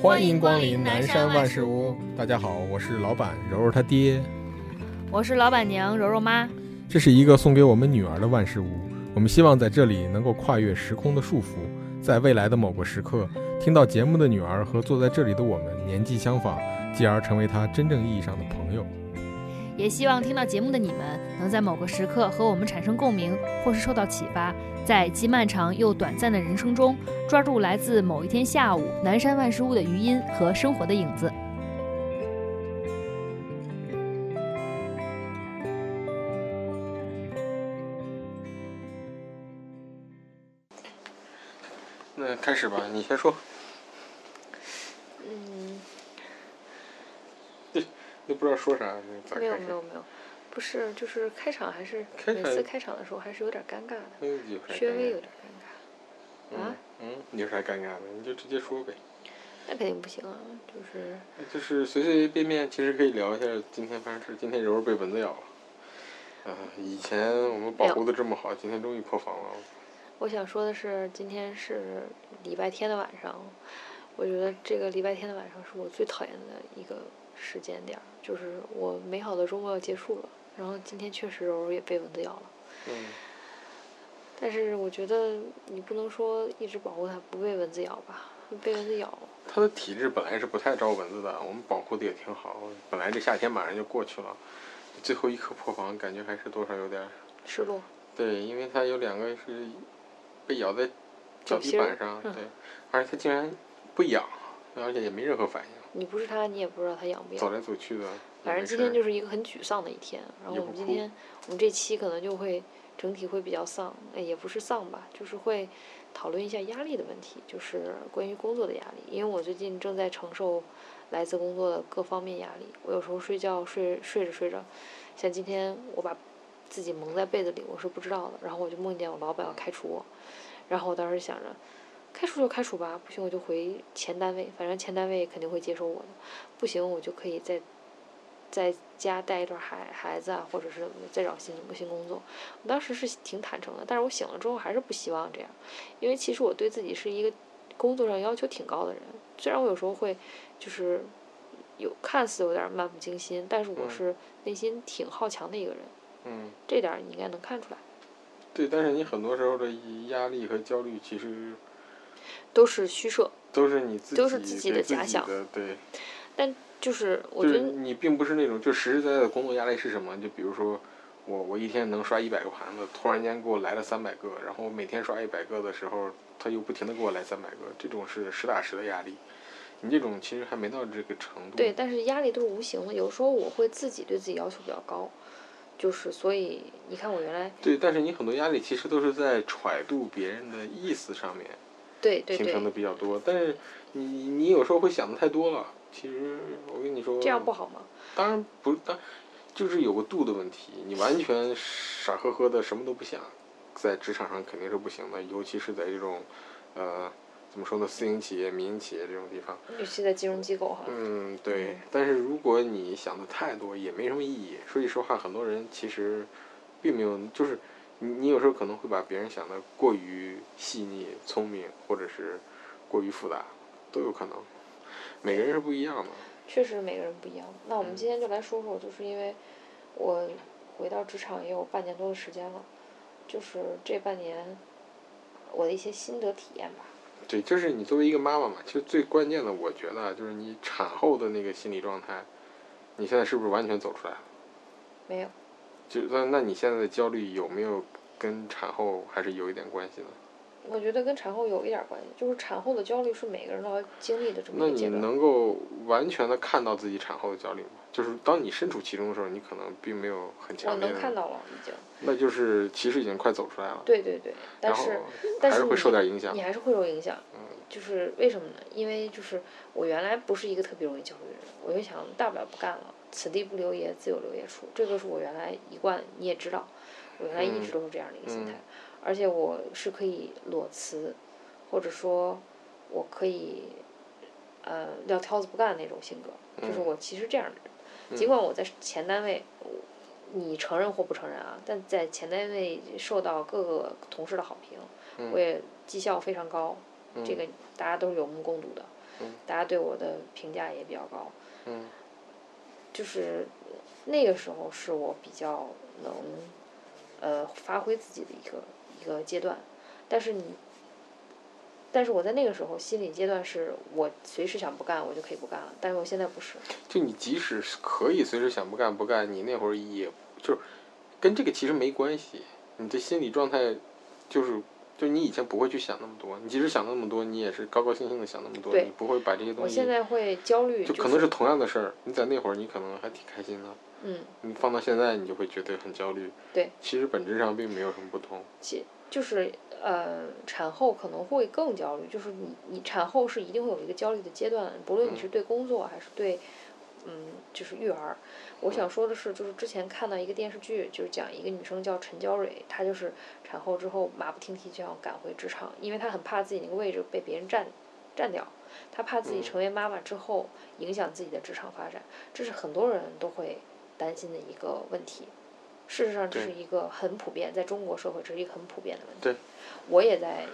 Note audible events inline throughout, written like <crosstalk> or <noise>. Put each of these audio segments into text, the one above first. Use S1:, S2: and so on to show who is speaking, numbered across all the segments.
S1: 欢迎光临南山万事屋。大家好，我是老板柔柔他爹。
S2: 我是老板娘柔柔妈。
S1: 这是一个送给我们女儿的万事屋，我们希望在这里能够跨越时空的束缚，在未来的某个时刻，听到节目的女儿和坐在这里的我们年纪相仿，继而成为她真正意义上的朋友。
S2: 也希望听到节目的你们，能在某个时刻和我们产生共鸣，或是受到启发，在既漫长又短暂的人生中，抓住来自某一天下午南山万事屋的余音和生活的影子。
S1: 那开始吧，你先说。
S3: 嗯，
S1: 都不知道说啥，咋
S3: 没有没有没有，不是，就是开场还是
S1: 开
S3: 每
S1: 场
S3: 次开场的时候还是有点尴尬的，
S1: 有哎有啥
S3: 稍微有点尴尬，啊
S1: 嗯，你有啥尴尬的？你就直接说呗。
S3: 那肯定不行啊，就是
S1: 就是随随便便，其实可以聊一下今天发生事儿。今天柔柔被蚊子咬了，啊、以前我们
S3: 哎
S1: 保护的这么好，今天终于破防了。
S3: 我想说的是，今天是礼拜天的晚上，我觉得这个礼拜天的晚上是我最讨厌的一个时间点儿，就是我美好的周末要结束了，然后今天确实柔柔也被蚊子咬了。
S1: 嗯，
S3: 但是我觉得你不能说一直保护它不被蚊子咬吧，被蚊子咬
S1: 它的体质本来是不太招蚊子的，我们保护的也挺好。本来这夏天马上就过去了，最后一刻破防，感觉还是多少有点儿。
S3: 失落。
S1: 对，因为它有两个是被咬在脚
S3: 脚
S1: 底
S3: 心儿
S1: 板上，
S3: 嗯
S1: 对，而且它竟然不痒，而且也没任何反应，
S3: 你不是它，你也不知道它痒不痒
S1: 走。来走去的。
S3: 反正今天就是一个很沮丧的一天。然后
S1: 也
S3: 我
S1: 不
S3: 们今
S1: 哭
S3: 天，我们这期可能就会整体会比较丧，哎也不是丧吧，就是会讨论一下压力的问题，就是关于工作的压力。因为我最近正在承受来自工作的各方面压力，我有时候睡觉睡睡着睡着，像今天我把自己蒙在被子里，我是不知道的。然后我就梦见我老板要开除我，然后我当时想着。开除就开除吧，不行我就回前单位，反正前单位肯定会接收我的，不行我就可以在在家带一段孩孩子啊，或者是怎么的再找新新工作。我当时是挺坦诚的，但是我醒了之后还是不希望这样，因为其实我对自己是一个工作上要求挺高的人，虽然我有时候会就是有看似有点漫不经心，但是我
S1: 嗯
S3: 是内心挺好强的一个人，
S1: 嗯。
S3: 这点儿你应该能看出来，
S1: 对，但是你很多时候的压力和焦虑，其实
S3: 都是虚设。
S1: 都是你自己
S3: 都是自己
S1: 对
S3: 的假想
S1: 的，对，
S3: 就是我
S1: 就
S3: 觉
S1: 是
S3: 得
S1: 你并不是那种就实实在在的工作压力是什么？就比如说我我一天能刷一百个盘子，突然间给我来了三百个，然后每天刷一百个的时候，他又不停的给我来三百个，这种是实打实的压力。你这种其实还没到这个程度，
S3: 对，但是压力都是无形的。有时候我会自己对自己要求比较高，就是所以你看我原来
S1: 对，但是你很多压力其实都是在揣度别人的意思上面
S3: 对对
S1: 形成的
S3: 对，
S1: 比较多，但是你你有时候会想的太多了。其实我跟你说，
S3: 这样不好吗？
S1: 当然不是，当就是有个度的问题。你完全傻呵呵的什么都不想，在职场上肯定是不行的，尤其是在这种，呃，怎么说呢，私营企业、民营企业这种地方。
S3: 尤其在金融机构哈，
S1: 嗯，对。但是如果你想的太多，也没什么意义。说句实话，很多人其实并没有，就是你你有时候可能会把别人想的过于细腻、聪明，或者是过于复杂，都有可能。每个人是不一样的。
S3: 确实每个人不一样。那我们
S1: 嗯
S3: 今天就来说说，就是因为我回到职场也有半年多的时间了，就是这半年我的一些心得体验吧。
S1: 对，就是你作为一个妈妈嘛，其实最关键的，我觉得啊就是你产后的那个心理状态，你现在是不是完全走出来了？
S3: 没有，
S1: 就那那你现在的焦虑有没有跟产后还是有一点关系呢？
S3: 我觉得跟产后有一点儿关系，就是产后的焦虑是每个人都要经历的这么
S1: 那
S3: 一个
S1: 你
S3: 阶段。
S1: 能够完全的看到自己产后的焦虑吗？就是当你身处其中的时候，你可能并没有很
S3: 我
S1: 强烈
S3: 能看
S1: 的，
S3: 到了，已经。
S1: 那就是其实已经快走出来了，
S3: 对对对，但
S1: 然后
S3: 是
S1: 还
S3: 但是
S1: 会
S3: 你
S1: 受点影响
S3: 你。还是会受影响
S1: 嗯。
S3: 就是为什么呢？因为就是我原来不是一个特别容易焦虑的人，我就想大不了不干了，此地不留爷，自有留爷处。这个是我原来一贯，你也知道，我原来
S1: 嗯
S3: 一直都是这样的一个心态，而且我是可以裸辞，或者说我可以呃撂挑子不干的那种性格，就是
S1: 嗯
S3: 我其实这样的人。
S1: 嗯
S3: 尽管我在前单位，我你承认或不承认啊，但在前单位受到各个同事的好评，
S1: 嗯
S3: 我也绩效非常高，这
S1: 嗯
S3: 个大家都是有目共睹的。
S1: 嗯
S3: 大家对我的评价也比较高。
S1: 嗯
S3: 就是那个时候是我比较能呃发挥自己的一个一个阶段，但是你，但是我在那个时候心理阶段是我随时想不干我就可以不干了，但是我现在不是，
S1: 就你即使是可以随时想不干不干，你那会儿也就是跟这个其实没关系，你的心理状态就是。就你以前不会去想那么多，你即使想那么多，你也是高高兴兴的想那么多，
S3: 对
S1: 你不会把这些东
S3: 我
S1: 西
S3: 现在会焦虑，
S1: 就
S3: 就
S1: 可能是同样的事儿，你在那会儿你可能还挺开心的，
S3: 嗯，
S1: 你放到现在你就会觉得很焦虑。
S3: 对，
S1: 其实本质上并没有什么不同。
S3: 其就是呃，产后可能会更焦虑，就是你你产后是一定会有一个焦虑的阶段，不论你是对工作还是对，嗯，就是育儿。我想说的是，就是之前看到一个电视剧，就是讲一个女生叫陈娇蕊，她就是产后之后马不停蹄就想赶回职场，因为她很怕自己那个位置被别人占占掉，她怕自己
S1: 嗯
S3: 成为妈妈之后影响自己的职场发展，这是很多人都会担心的一个问题。事实上，这
S1: 对
S3: 是一个很普遍，在中国社会这是一个很普遍的问题。
S1: 对，
S3: 我也在，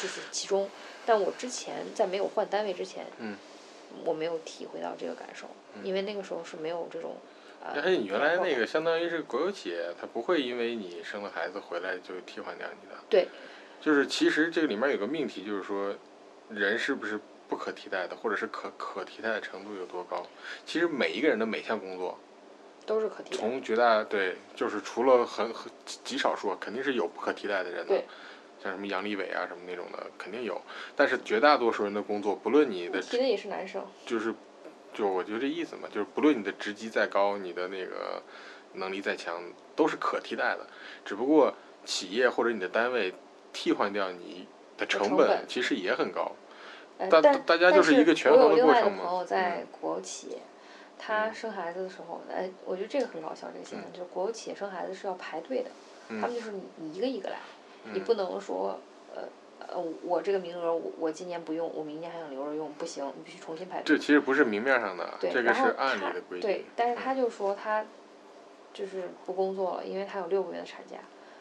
S3: 就是其中，但我之前在没有换单位之前，
S1: 嗯
S3: 我没有体会到这个感受，因为那个时候是没有这种。呃
S1: 而且哎你原来那
S3: 变化
S1: 个相当于是国有企业，它不会因为你生了孩子回来就替换掉你的。
S3: 对。
S1: 就是其实这个里面有个命题，就是说，人是不是不可替代的，或者是可可替代的程度有多高？其实每一个人的每项工作，
S3: 都是可替代的。
S1: 从绝大对，就是除了很很极少数，啊肯定是有不可替代的人的
S3: 对。
S1: 像什么杨利伟啊什么那种的，肯定有。但是绝大多数人的工作，不论你的
S3: 你提的也是男生，
S1: 就是，就我就这意思嘛，就是不论你的职级再高，你的那个能力再强，都是可替代的。只不过企业或者你的单位替换掉你的成
S3: 成
S1: 本
S3: 本，
S1: 其实也很高。
S3: 呃
S1: 大
S3: 但
S1: 大家
S3: 但
S1: 就是一个权衡的
S3: 我有另
S1: 过
S3: 外一个
S1: 程嘛
S3: 朋友在
S1: 嗯
S3: 国有企业，他
S1: 嗯
S3: 生孩子的时候，哎，我觉得这个很搞笑，这个现象、
S1: 嗯
S3: 就是国有企业生孩子是要排队的，他们
S1: 嗯，
S3: 就是你你一个一个来，你
S1: 嗯
S3: 不能说呃呃我这个名额我我今年不用，我明年还想留着用，不行，你必须重新排队。
S1: 这其实不是明面上的，
S3: 对，
S1: 这个
S3: 然
S1: 是
S3: 后
S1: 按
S3: 他
S1: 理的规矩。
S3: 对，但是
S1: 嗯
S3: 他就说他就是不工作了，因为他有六个月的产假，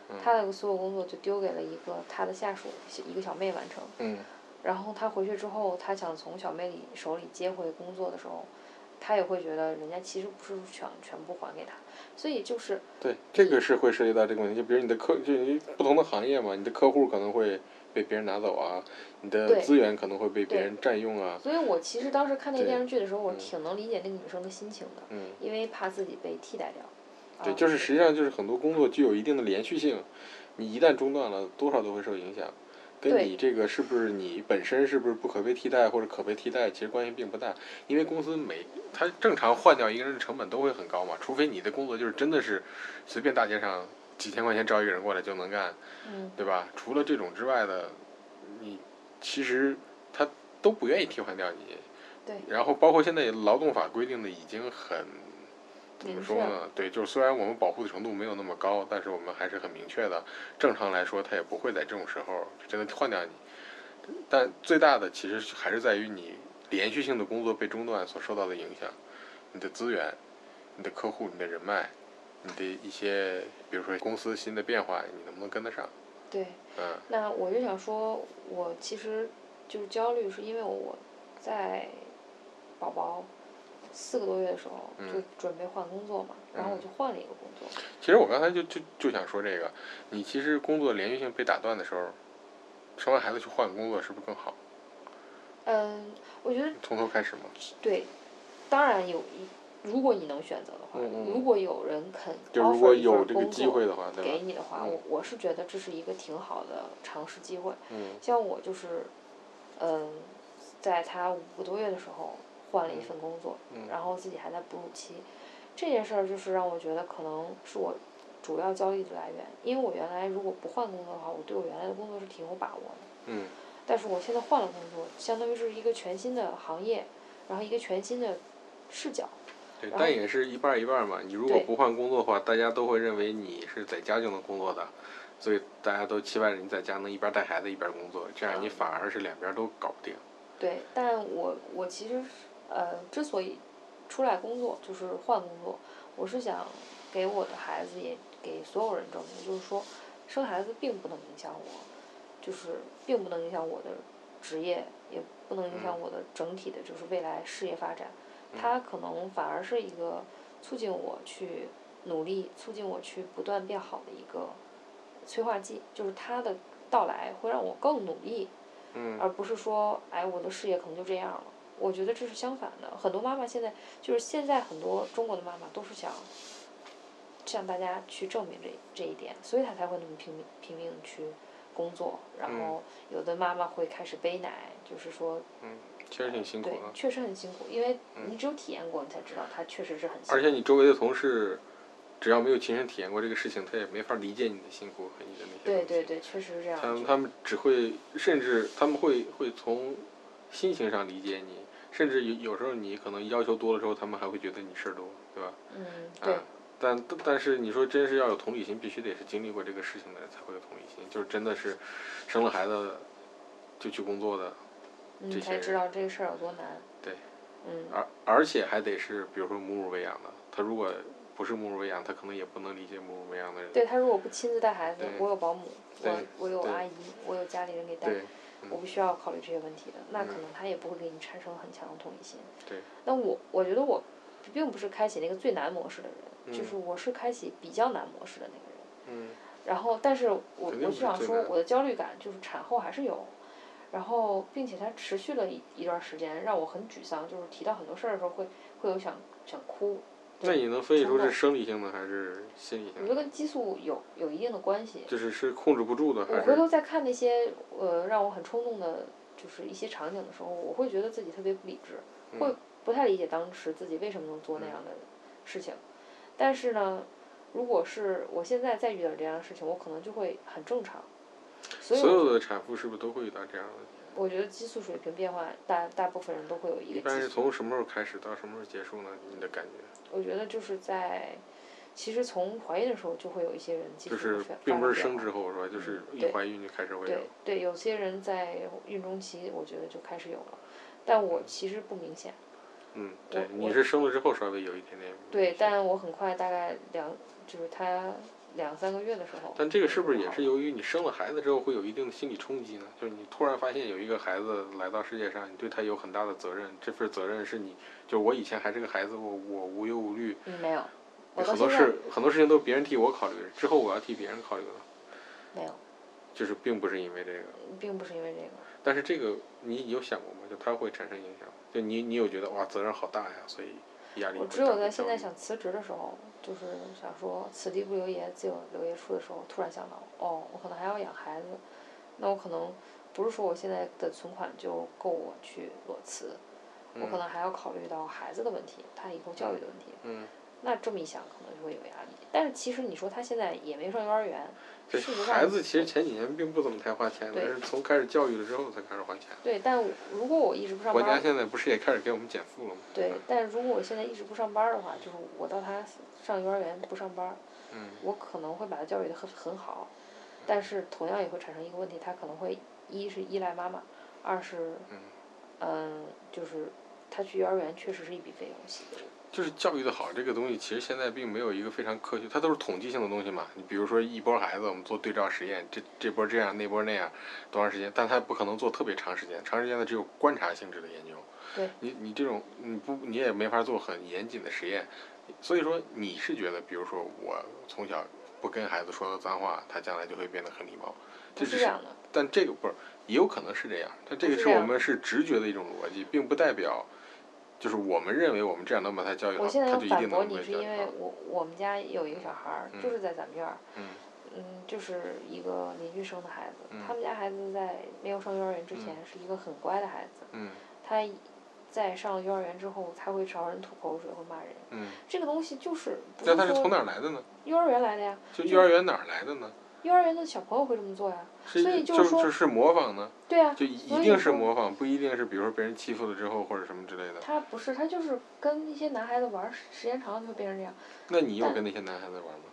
S1: 嗯
S3: 他的所有工作就丢给了一个他的下属一个小妹完成。
S1: 嗯
S3: 然后他回去之后，他想从小妹里手里接回工作的时候，他也会觉得人家其实不是全全部还给他，所以就是
S1: 对，这个是会涉及到这个问题，就比如你的客，就你不同的行业嘛，你的客户可能会被别人拿走啊，你的
S3: 对
S1: 资源可能会被别
S3: 对
S1: 人占用啊，
S3: 所以我其实当时看那个
S1: 对
S3: 电视剧的时候，我
S1: 嗯
S3: 挺能理解那个女生的心情的，
S1: 嗯，
S3: 因为怕自己被替代掉。
S1: 对，
S3: 啊
S1: 就是实际上就是很多工作具有一定的连续性，你一旦中断了，多少都会受影响，跟
S3: 对
S1: 你这个是不是你本身是不是不可被替代或者可被替代，其实关系并不大，因为公司每它正常换掉一个人的成本都会很高嘛，除非你的工作就是真的是随便大街上几千块钱招一个人过来就能干，
S3: 嗯，
S1: 对吧？除了这种之外的，你其实他都不愿意替换掉你。
S3: 对
S1: 然后包括现在劳动法规定的已经很怎么
S3: 明
S1: 说
S3: 确
S1: 呢？对，就是虽然我们保护的程度没有那么高，但是我们还是很明确的。正常来说，他也不会在这种时候真的换掉你。但最大的其实还是在于你连续性的工作被中断所受到的影响，你的资源、你的客户、你的人脉、你的一些，比如说公司新的变化，你能不能跟得上？
S3: 对。
S1: 嗯
S3: 那我就想说，我其实就是焦虑，是因为我在宝宝四个多月的时候
S1: 嗯
S3: 就准备换工作嘛，然后我就换了一个工作。，
S1: 其实我刚才就就就想说这个，你其实工作连续性被打断的时候，生完孩子去换工作是不是更好？
S3: 嗯，我觉得
S1: 从头开始嘛，
S3: 对，当然有一，如果你能选择的话，
S1: 嗯嗯嗯
S3: 如果有人肯
S1: 就如果
S3: offer 一份
S1: 有这个
S3: 工
S1: 机
S3: 作
S1: 会的话，对
S3: 给
S1: 吧？
S3: 你的话，
S1: 嗯
S3: 我我是觉得这是一个挺好的尝试机会。
S1: 嗯
S3: 像我就是，嗯，在他五个多月的时候换了一份工作，
S1: 嗯
S3: 然后自己还在哺乳期，这件事儿就是让我觉得可能是我主要焦虑的来源，因为我原来如果不换工作的话，我对我原来的工作是挺有把握的，
S1: 嗯
S3: 但是我现在换了工作，相当于是一个全新的行业，然后一个全新的视角，
S1: 对，
S3: 然后
S1: 但也是一半儿一半儿嘛。你如果
S3: 嗯对
S1: 不换工作的话，大家都会认为你是在家就能工作的，所以大家都期望着你在家能一边带孩子一边工作，这样你
S3: 嗯
S1: 反而是两边都搞不定。
S3: 对，但我我其实是呃，之所以出来工作就是换工作，我是想给我的孩子也给所有人证明，就是说生孩子并不能影响我，就是并不能影响我的职业也不能影响
S1: 嗯
S3: 我的整体的就是未来事业发展。
S1: 嗯
S3: 它可能反而是一个促进我去努力、促进我去不断变好的一个催化剂，就是它的到来会让我更努力，
S1: 嗯
S3: 而不是说，哎，我的事业可能就这样了。我觉得这是相反的，很多妈妈现在就是现在很多中国的妈妈都是想向大家去证明这这一点，所以她才会那么拼命拼命去工作。然
S1: 嗯
S3: 后有的妈妈会开始背奶，就是说，
S1: 嗯，确实挺辛苦啊
S3: 对，
S1: 的。
S3: 确实很辛苦，因为
S1: 嗯
S3: 你只有体验过，你才知道它确实是很辛苦。
S1: 而且你周围的同事，只要没有亲身体验过这个事情，他也没法理解你的辛苦和你的那些东
S3: 对
S1: 西。
S3: 对对，确实是这样。
S1: 他们
S3: 就
S1: 他们只会，甚至他们会会从心情上理解你，甚至有有时候你可能要求多了之后，他们还会觉得你事儿多，对吧？
S3: 嗯，对
S1: 啊，但但是你说真是要有同理心，必须得是经历过这个事情的人才会有同理心，就是真的是生了孩子就去工作的，这
S3: 你
S1: 些
S3: 才嗯知
S1: 人
S3: 道这事儿有多难。
S1: 对。啊
S3: 嗯，
S1: 而而且还得是比如说母乳喂养的，他如果不是母乳喂养，他可能也不能理解母乳喂养的人。
S3: 对他如果不亲自带孩子
S1: 对，
S3: 我有保姆，我
S1: 对
S3: 我有
S1: 对
S3: 阿姨，我有家里人给带，
S1: 对
S3: 我不需要考虑这些问题的，那可
S1: 嗯
S3: 能他也不会给你产生很强的同理心。
S1: 对
S3: 那我我觉得我并不是开启那个最难模式的人，就
S1: 嗯
S3: 是我是开启比较难模式的那个人。
S1: 嗯
S3: 然后，但是我我
S1: 肯定不
S3: 就
S1: 是
S3: 想
S1: 最
S3: 说
S1: 难，
S3: 我的焦虑感就是产后还是有，然后并且它持续了一一段时间，让我很沮丧，就是提到很多事儿的时候会会有想想哭。
S1: 那你能分析
S3: 冲
S1: 出是
S3: 动
S1: 生理性的还是心理
S3: 我
S1: 性
S3: 觉
S1: 的？
S3: 得跟激素有有一定的关系。
S1: 就是是控制不住的，
S3: 我
S1: 还
S3: 回头
S1: 是
S3: 再看那些呃让我很冲动的，就是一些场景的时候，我会觉得自己特别不理智，会
S1: 嗯
S3: 不太理解当时自己为什么能做那
S1: 嗯
S3: 样的事情。但是呢，如果是我现在再遇到这样的事情，我可能就会很正常。所以
S1: 所
S3: 我
S1: 有的产妇是不是都会遇到这样的问题？
S3: 我觉得激素水平变化，大大部分人都会有一
S1: 一
S3: 个
S1: 般
S3: 激
S1: 是
S3: 素。
S1: 从什么时候开始到什么时候结束呢？你的感觉
S3: 我觉得就是在，其实从怀孕的时候就会有一些人激
S1: 就
S3: 素
S1: 是
S3: 会发
S1: 并不
S3: 生
S1: 是生
S3: 变化
S1: 之后是吧？就是
S3: 嗯
S1: 一
S3: 对
S1: 怀孕就开始会有
S3: 对。对，有些人在孕中期，我觉得就开始有了，但我其实不明显。
S1: 嗯，对
S3: 我，
S1: 你
S3: 我
S1: 是生了之后稍微有一点点。
S3: 对，但我很快，大概两就是他两三个月的时候。
S1: 但这个是不是也是
S3: 有？
S1: 由于你生了孩子之后会有一定的心理冲击呢？就是你突然发现有一个孩子来到世界上，你对他有很大的责任，这份责任是你，就是我以前还是个孩子，我我无忧无虑，
S3: 嗯，没有，我到
S1: 很多
S3: 现在
S1: 事很多事情都别人替我考虑，之后我要替别人考虑了，
S3: 没有，
S1: 就是并不是因为这个。
S3: 并不是因为这个。
S1: 但是这个你你有想过吗？就它会产生影响？就你你有觉得哇责任好大呀，所以压力
S3: 我
S1: 会
S3: 只
S1: 大
S3: 有在
S1: 会
S3: 现
S1: 焦
S3: 在
S1: 虑
S3: 想辞职的时候，就是想说“此地不留爷，自有留爷处”的时候，突然想到，哦，我可能还要养孩子，那我可能不是说我现在的存款就够我去裸辞，我可
S1: 嗯
S3: 能还要考虑到孩子的问题，他以后教育的问题。
S1: 嗯，
S3: 那这么一想，可能就会有压力。但是其实你说他现在也没上幼儿园，
S1: 嗯对
S3: 事实上
S1: 孩子其实前几年并不怎么太花钱的，
S3: 对
S1: 是从开始教育了之后才开始花钱。
S3: 对，但我如果我一直不上
S1: 国
S3: 班
S1: 家
S3: 儿，
S1: 现在嗯不是也开始给我们减负了吗？
S3: 对，但如果我现在一直不上班儿的话，就是我到他上幼儿园不上班儿，
S1: 嗯
S3: 我可能会把他教育的很很好，但是同样也会产生一个问题，他可能会一是依赖妈妈，二是
S1: 嗯，
S3: 嗯，就是他去幼儿园确实是一笔费用，
S1: 就是教育的好这个东西，其实现在并没有一个非常科学，它都是统计性的东西嘛。你比如说一波孩子，我们做对照实验，这这波这样，那波那样，多长时间？但它不可能做特别长时间，长时间的只有观察性质的研究。
S3: 对，
S1: 你你这种你不你也没法做很严谨的实验，所以说你是觉得，比如说我从小不跟孩子说脏话，他将来就会变得很礼貌，
S3: 不
S1: 这只
S3: 是啊这
S1: 是
S3: 样的。
S1: 但这个不是，也有可能是这样，但这
S3: 不
S1: 个
S3: 是
S1: 是
S3: 这
S1: 我
S3: 样
S1: 们是直觉的一种逻辑，并不代表，就是我们认为我们这样能把他教育好，
S3: 我现在
S1: 他
S3: 要
S1: 啊就一
S3: 反
S1: 定
S3: 驳
S1: 能
S3: 你，
S1: 被
S3: 是
S1: 教育
S3: 因为
S1: 好。
S3: 我我们家有一个小孩儿，就是在咱们院儿，
S1: 嗯
S3: 嗯，就是一个邻居生的孩子，
S1: 嗯
S3: 他们家孩子在没有上幼儿园之前
S1: 嗯
S3: 是一个很乖的孩子，
S1: 嗯
S3: 他在上幼儿园之后，他会朝人吐口水，会骂人，
S1: 嗯，
S3: 这个东西就是不
S1: 那他是从
S3: 说
S1: 哪儿来的呢？
S3: 幼儿园来的呀，
S1: 就
S3: 就
S1: 幼儿园哪儿来的呢？
S3: 幼儿园的小朋友会这么做呀，
S1: 是
S3: 所以
S1: 就
S3: 就是说
S1: 就是模仿呢，
S3: 对啊呀、
S1: 就一
S3: 所
S1: 一
S3: 以
S1: 定是
S3: 说
S1: 模仿，不一定是比如说被人欺负了之后或者什么之类的。
S3: 他不是他就是跟一些男孩子玩儿时时间长了就会变成这样，
S1: 那你有
S3: 但
S1: 跟那些男孩子玩吗？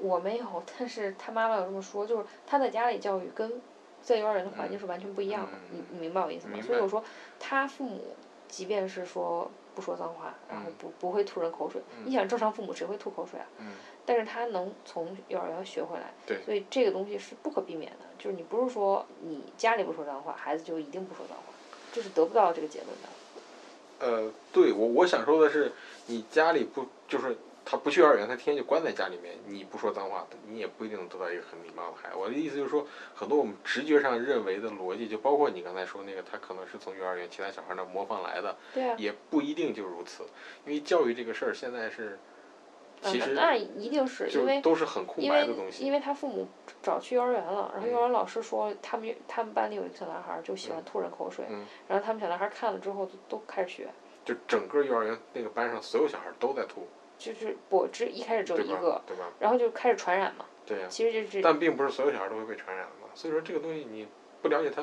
S3: 我没有，但是他妈妈有这么说，就是他在家里教育跟在幼儿园的环境是完全不一样的，
S1: 嗯嗯
S3: 你你明白我意思吗
S1: 明？白
S3: 所以我说，他父母即便是说不说脏话，然后
S1: 嗯
S3: 不不会吐人口水，你想正常父母谁会吐口水啊？
S1: 嗯，
S3: 但是他能从幼儿园学回来，
S1: 对
S3: 所以这个东西是不可避免的，就是你不是说你家里不说脏话，孩子就一定不说脏话，就是得不到这个结论的。
S1: 呃，对我我想说的是，你家里不就是他不去幼儿园，他天天就关在家里面，你不说脏话，你也不一定能得到一个很礼貌的孩子。我的意思就是说，很多我们直觉上认为的逻辑，就包括你刚才说那个，他可能是从幼儿园其他小孩那儿模仿来的，
S3: 对啊，
S1: 也不一定就如此。因为教育这个事儿现在是，其
S3: 嗯，
S1: 实
S3: 那一定是
S1: 就
S3: 因为
S1: 是都是很空
S3: 因
S1: 白
S3: 为
S1: 的东西
S3: 因。为他父母找去幼儿园了，然后幼
S1: 嗯
S3: 儿园老师说他们他们班里有一个小男孩儿就喜欢
S1: 嗯
S3: 吐人口水，
S1: 嗯
S3: 然后他们小男孩儿看了之后都都开始学，
S1: 就整个幼儿园那个班上所有小孩都在吐，
S3: 就是不只一开始只有
S1: 对
S3: 一
S1: 吧
S3: 个，？
S1: 对吧？
S3: 然后就开始传染嘛，
S1: 对呀、
S3: 其实就是
S1: 但并不是所有小孩都会被传染嘛。所以说这个东西你不了解它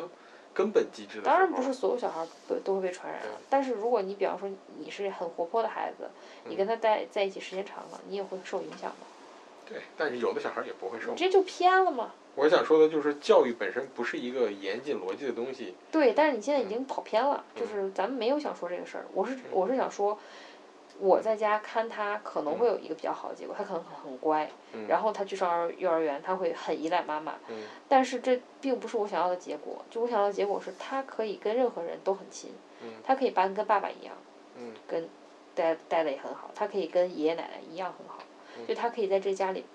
S1: 根本机制的时候，
S3: 当然不是所有小孩儿都都会被传染
S1: 对，
S3: 但是如果你比方说你是很活泼的孩子，你
S1: 嗯
S3: 跟他在在一起时间长了，你也会受影响的，
S1: 对，但是有的小孩也不会受
S3: 你。这就偏了嘛。
S1: 我想说的就是，教育本身不是一个严谨逻辑的东西。
S3: 对，但是你现在已
S1: 嗯
S3: 经跑偏了，就
S1: 嗯
S3: 是咱们没有想说这个事儿，我是我是想说，我在家看他可能会有一个比较好的结果，他可能很乖，
S1: 嗯
S3: 然后他去上幼儿园，他会很依赖妈妈，
S1: 嗯
S3: 但是这并不是我想要的结果，就我想要的结果是他可以跟任何人都很亲，
S1: 嗯
S3: 他可以把跟爸爸一样，
S1: 嗯
S3: 跟待待的也很好，他可以跟爷爷奶奶一样很好，
S1: 嗯
S3: 就他可以在这家里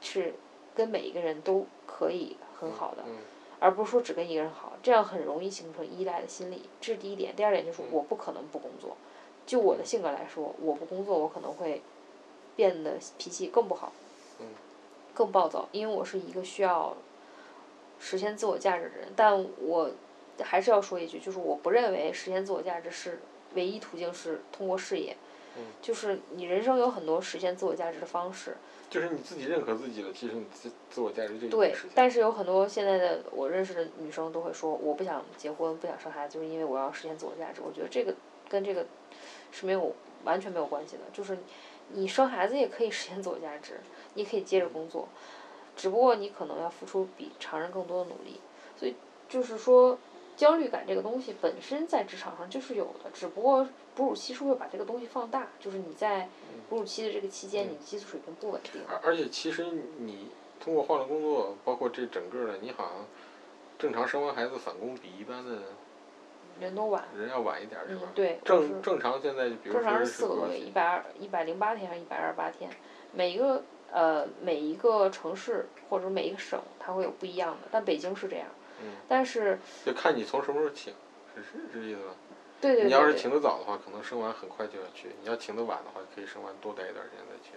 S3: 是跟每一个人都可以很
S1: 嗯
S3: 好的，
S1: 嗯
S3: 而不是说只跟一个人好，这样很容易形成依赖的心理。这是第一点。第二点就是
S1: 嗯
S3: 我不可能不工作，就我的性格来说，我不工作我可能会变得脾气更不好，
S1: 嗯
S3: 更暴躁，因为我是一个需要实现自我价值的人。但我还是要说一句，就是我不认为实现自我价值是唯一途径，是通过事业。
S1: 嗯
S3: 就是你人生有很多实现自我价值的方式，
S1: 就是你自己认可自己了，其实你自自我价值就已经
S3: 对
S1: 实，现了。
S3: 但是有很多现在的我认识的女生都会说，我不想结婚，不想生孩子，就是因为我要实现自我价值。我觉得这个跟这个是没有完全没有关系的，就是你生孩子也可以实现自我价值，你可以接着
S1: 嗯
S3: 工作，只不过你可能要付出比常人更多的努力。所以就是说，焦虑感这个东西本身在职场上就是有的，只不过哺乳期是会把这个东西放大，就是你在哺乳期的这个期间，
S1: 嗯
S3: 你的激素水平不稳定。
S1: 而而且其实你通过换了工作，包括这整个的，你好像正常生完孩子返工比一般的
S3: 人都晚，
S1: 人要晚一点儿，是吧
S3: 嗯？，对，我是
S1: 正正常现在比如
S3: 正常
S1: 说
S3: 是
S1: 是
S3: 四个
S1: 多
S3: 多
S1: 少
S3: 月，
S1: 天
S3: 一百二、一百零八天还是一百二十八天？每一个呃每一个城市或者每一个省，它会有不一样的。但北京是这样，
S1: 嗯
S3: 但是
S1: 就看你从什么时候请，是是这意思吧？
S3: 对对
S1: 你要
S3: 对
S1: 是
S3: 对
S1: 请得早的话，可能生完很快就要去；你要请得晚的话，可以生完多待一段时间再去。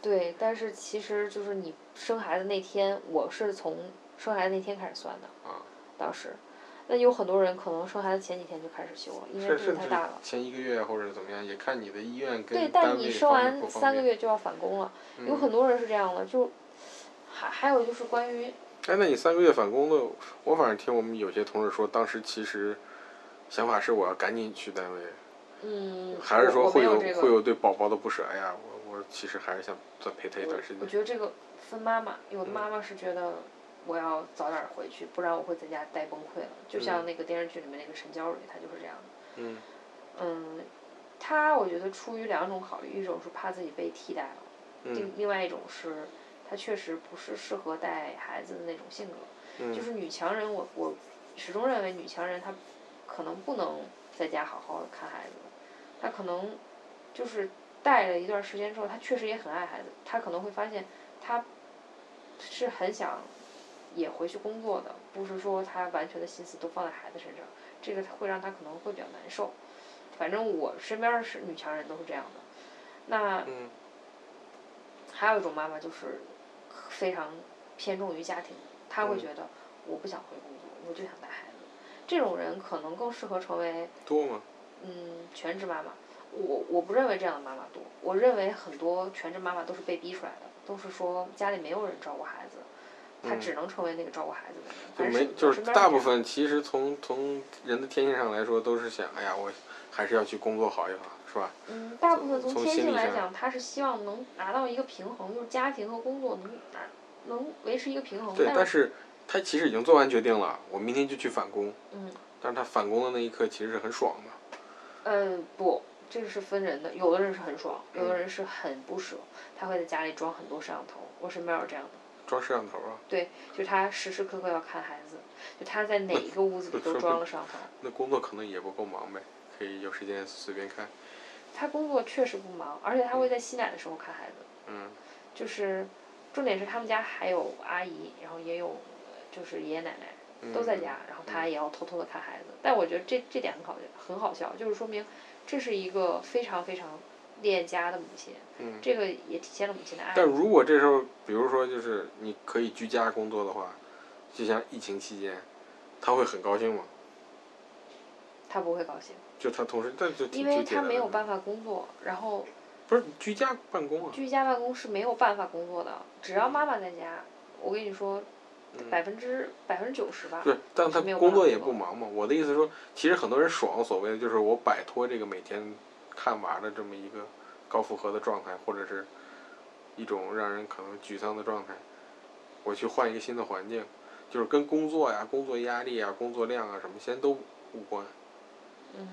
S3: 对，但是其实就是你生孩子那天，我是从生孩子那天开始算的，
S1: 啊，
S3: 当时。那有很多人可能生孩子前几天就开始休了，因为
S1: 甚
S3: 肚子
S1: 甚
S3: 太
S1: 至
S3: 大了。
S1: 前一个月或者怎么样，也看你的医院
S3: 对，
S1: 跟
S3: 但
S1: 单
S3: 你
S1: 位
S3: 生
S1: 方面
S3: 完
S1: 不
S3: 三
S1: 方
S3: 个
S1: 便。
S3: 月就要返工了，有
S1: 嗯
S3: 很多人是这样的，就还还有就是关于
S1: 哎，那你三个月返工的，我反正听我们有些同事说，当时其实想法是我要赶紧去单位，
S3: 嗯，
S1: 还是说
S3: 我我没
S1: 会有
S3: 这个
S1: 会有对宝宝的不舍哎呀？我我其实还是想再陪他一段时
S3: 我
S1: 间。
S3: 觉得这个分妈妈，有的
S1: 嗯
S3: 妈妈是觉得我要早点回去，不然我会在家待崩溃了。就像
S1: 嗯
S3: 那个电视剧里面那个陈娇蕊，她就是这样的。
S1: 嗯
S3: 嗯，她我觉得出于两种考虑，一种是怕自己被替代了，另、
S1: 嗯
S3: 另外一种是她确实不是适合带孩子的那种性格。就
S1: 嗯
S3: 是女强人我，我始终认为女强人她可能不能在家好好的看孩子，她可能就是带了一段时间之后，她确实也很爱孩子，她可能会发现她是很想也回去工作的，不是说她完全的心思都放在孩子身上，这个会让她可能会比较难受。反正我身边儿是女强人都是这样的，那
S1: 嗯
S3: 还有一种妈妈就是非常偏重于家庭，她会
S1: 嗯
S3: 觉得我不想回工作，我就想带孩子。这种人可能更适合成为
S1: 多吗？
S3: 嗯全职妈妈。我我不认为这样的妈妈多，我认为很多全职妈妈都是被逼出来的，都是说家里没有人照顾孩子，她
S1: 嗯
S3: 只能成为那个照顾孩子的
S1: 就
S3: 人。反正
S1: 没
S3: 我
S1: 就是
S3: 身边
S1: 大
S3: 这
S1: 部
S3: 样
S1: 分其实从从人的天性上来说，都是想哎呀，我还是要去工作好一好，是吧？
S3: 嗯，大部分
S1: 从
S3: 从天
S1: 心
S3: 性
S1: 理
S3: 来
S1: 上
S3: 讲，她是希望能拿到一个平衡，就是家庭和工作能拿能维持一个平衡。
S1: 对，
S3: 但
S1: 但是他其实已经做完决定了，我明天就去返工。
S3: 嗯，
S1: 但是他返工的那一刻其实是很爽的。
S3: 嗯，不，这个是分人的，
S1: 嗯
S3: 有的人是很爽，有的人是很不舍，他会在家里装很多摄像头，我身边有这样的，
S1: 装摄像头啊，
S3: 对，就是他时时刻刻要看孩子，就他在哪一个屋子里都装了摄像头。
S1: 那工作可能也不够忙呗，可以有时间随便看。
S3: 他工作确实不忙，而且他会在吸奶的时候看孩子。
S1: 嗯，
S3: 就是重点是他们家还有阿姨，然后也有呃就是爷爷奶奶
S1: 嗯
S3: 都在家，然后他也要偷偷的看孩子。但我觉得这这点很好很好笑，就是说明这是一个非常非常恋家的母亲，
S1: 嗯，
S3: 这个也体现了母亲的爱。
S1: 但如果这时候，比如说就是你可以居家工作的话，就像疫情期间，他会很高兴吗？
S3: 他不会高兴，
S1: 就他同事，但就挺
S3: 因
S1: 纠
S3: 为
S1: 结
S3: 他
S1: 的。
S3: 没有办法工作，然后
S1: 不是居家办公啊，
S3: 居家办公是没有办法工作的，只要妈妈在家，我跟你说，
S1: 嗯
S3: 百分之百分之九十吧。
S1: 对，但
S3: 是
S1: 他
S3: 没有
S1: 工
S3: 办法
S1: 作也
S3: 工作
S1: 不忙嘛。我的意思是说，其实很多人爽，所谓的就是我摆脱这个每天看娃的这么一个高负荷的状态，或者是一种让人可能沮丧的状态，我去换一个新的环境，就是跟工作呀、工作压力呀、工作量啊什么，先都无关。
S3: 嗯，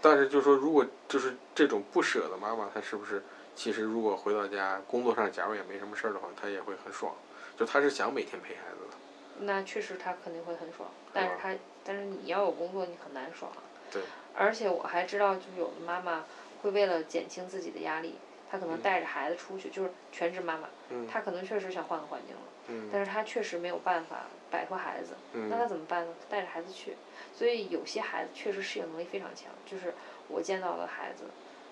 S1: 但是就说，如果就是这种不舍的妈妈，她是不是其实如果回到家工作上，假如也没什么事儿的话，她也会很爽，就她是想每天陪孩子的。
S3: 那确实他肯定会很爽，但是
S1: 吧
S3: 他但是你要有工作，你很难爽啊。
S1: 对。
S3: 而且我还知道，就是有的妈妈会为了减轻自己的压力，她可能
S1: 嗯
S3: 带着孩子出去，就是全职妈妈，
S1: 嗯
S3: 她可能确实想换个环境了，
S1: 嗯
S3: 但是她确实没有办法摆脱孩子，那她
S1: 嗯
S3: 怎么办呢？带着孩子去，所以有些孩子确实适应能力非常强，就是我见到的孩子，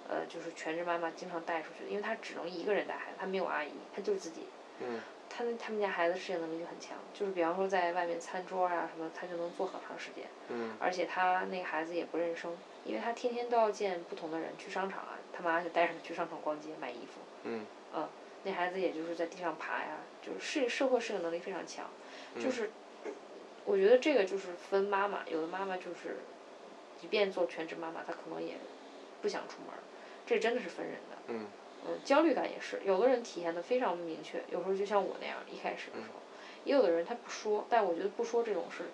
S3: 呃，就是全职妈妈经常带出去，因为她只能一个人带孩子，她没有阿姨，她就是自己，
S1: 嗯
S3: 他们他们家孩子适应能力就很强，就是比方说在外面餐桌啊什么，他就能坐很长时间，
S1: 嗯
S3: 而且他那个孩子也不认生，因为他天天都要见不同的人，去商场啊，他妈就带着他去商场逛街买衣服，
S1: 嗯，
S3: 那孩子也就是在地上爬呀，就是适社会适应能力非常强，就
S1: 嗯
S3: 是我觉得这个就是分妈妈，有的妈妈就是即便做全职妈妈，她可能也不想出门儿，这真的是分人的。
S1: 嗯
S3: 嗯，焦虑感也是，有的人体现的非常明确，有时候就像我那样，一开始的时候，
S1: 嗯
S3: 也有的人他不说，但我觉得不说这种事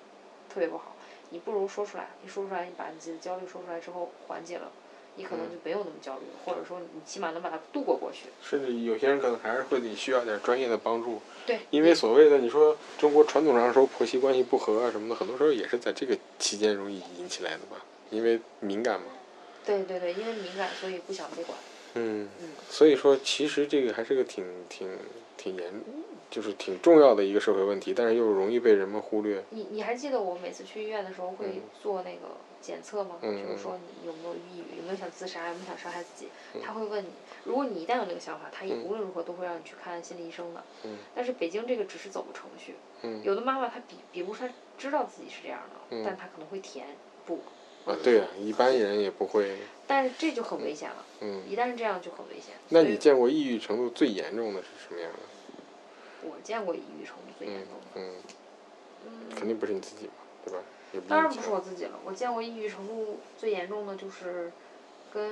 S3: 特别不好，你不如说出来，你说出来，你把你自己的焦虑说出来之后缓解了，你可能
S1: 嗯
S3: 就没有那么焦虑了，或者说你起码能把它度过过去。
S1: 甚至有些人可能还是会得需要点专业的帮助，
S3: 对，
S1: 因为所谓的你说中国传统上说婆媳关系不和啊什么的，很多时候也是在这个期间容易引起来的吧，因为敏感嘛。
S3: 对对对，因为敏感，所以不想被管。
S1: 嗯，
S3: 嗯，
S1: 所以说其实这个还是个挺挺挺严，就是挺重要的一个社会问题，但是又容易被人们忽略。
S3: 你你还记得我每次去医院的时候会
S1: 嗯
S3: 做那个检测吗？
S1: 嗯
S3: 就是说你有没有抑郁，有没有想自杀，有没有想伤害自己？他会问你，如果你一旦有那个想法，他也
S1: 嗯
S3: 无论如何都会让你去看心理医生的。
S1: 嗯
S3: 但是北京这个只是走个程序，
S1: 嗯，
S3: 有的妈妈她比，比如她知道自己是这样的，
S1: 嗯
S3: 但她可能会填不，
S1: 啊，对呀、一般人也不会。
S3: 但是这就很危险了，
S1: 嗯，
S3: 一旦是这样就很危险。
S1: 那
S3: 所以
S1: 你见过抑郁程度最严重的是什么样的？
S3: 我见过抑郁程度最严
S1: 嗯
S3: 重的，
S1: 嗯，
S3: 嗯，
S1: 肯定不是你自己嘛，对吧？也不
S3: 当
S1: 你
S3: 然
S1: 以
S3: 不
S1: 前
S3: 是我自己了，我见过抑郁程度最严重的就是跟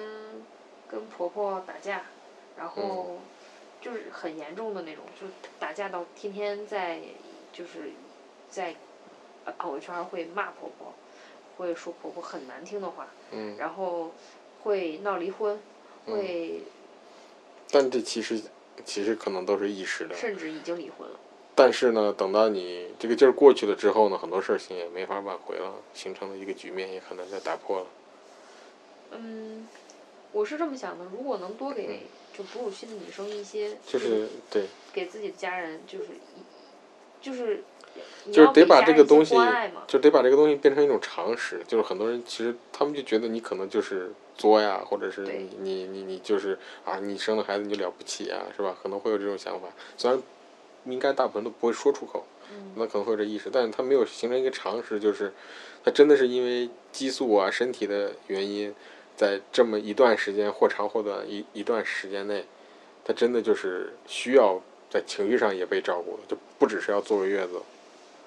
S3: 跟婆婆打架，然后
S1: 嗯
S3: 就是很严重的那种，就是打架到天天在就是在呃朋友圈会骂婆婆，会说婆婆很难听的话，
S1: 嗯。
S3: 然后会闹离婚，
S1: 嗯
S3: 会
S1: 但这其实其实可能都是一时的，
S3: 甚至已经离婚了。
S1: 但是呢，等到你这个劲儿过去了之后呢，很多事情也没法挽回了，形成的一个局面也很难再打破了。
S3: 嗯，我是这么想的，如果能多给就哺乳期的女生一些
S1: 嗯就是对，
S3: 给自己的家人就是一就是你
S1: 就是
S3: 要
S1: 得
S3: 给
S1: 把
S3: 家
S1: 这
S3: 人
S1: 个
S3: 一些
S1: 东西
S3: 关爱嘛，
S1: 就得把这个东西变成一种常识。就是很多人其实他们就觉得你可能就是作呀，或者是
S3: 对
S1: 你你你你就是啊，你生了孩子你就了不起啊，是吧？可能会有这种想法，虽然应该大部分都不会说出口，
S3: 嗯，
S1: 那可能会有这意识，但是他没有形成一个常识，就是他真的是因为激素啊、身体的原因，在这么一段时间或长或短一一段时间内，他真的就是需要在情绪上也被照顾了，就不只是要坐个月子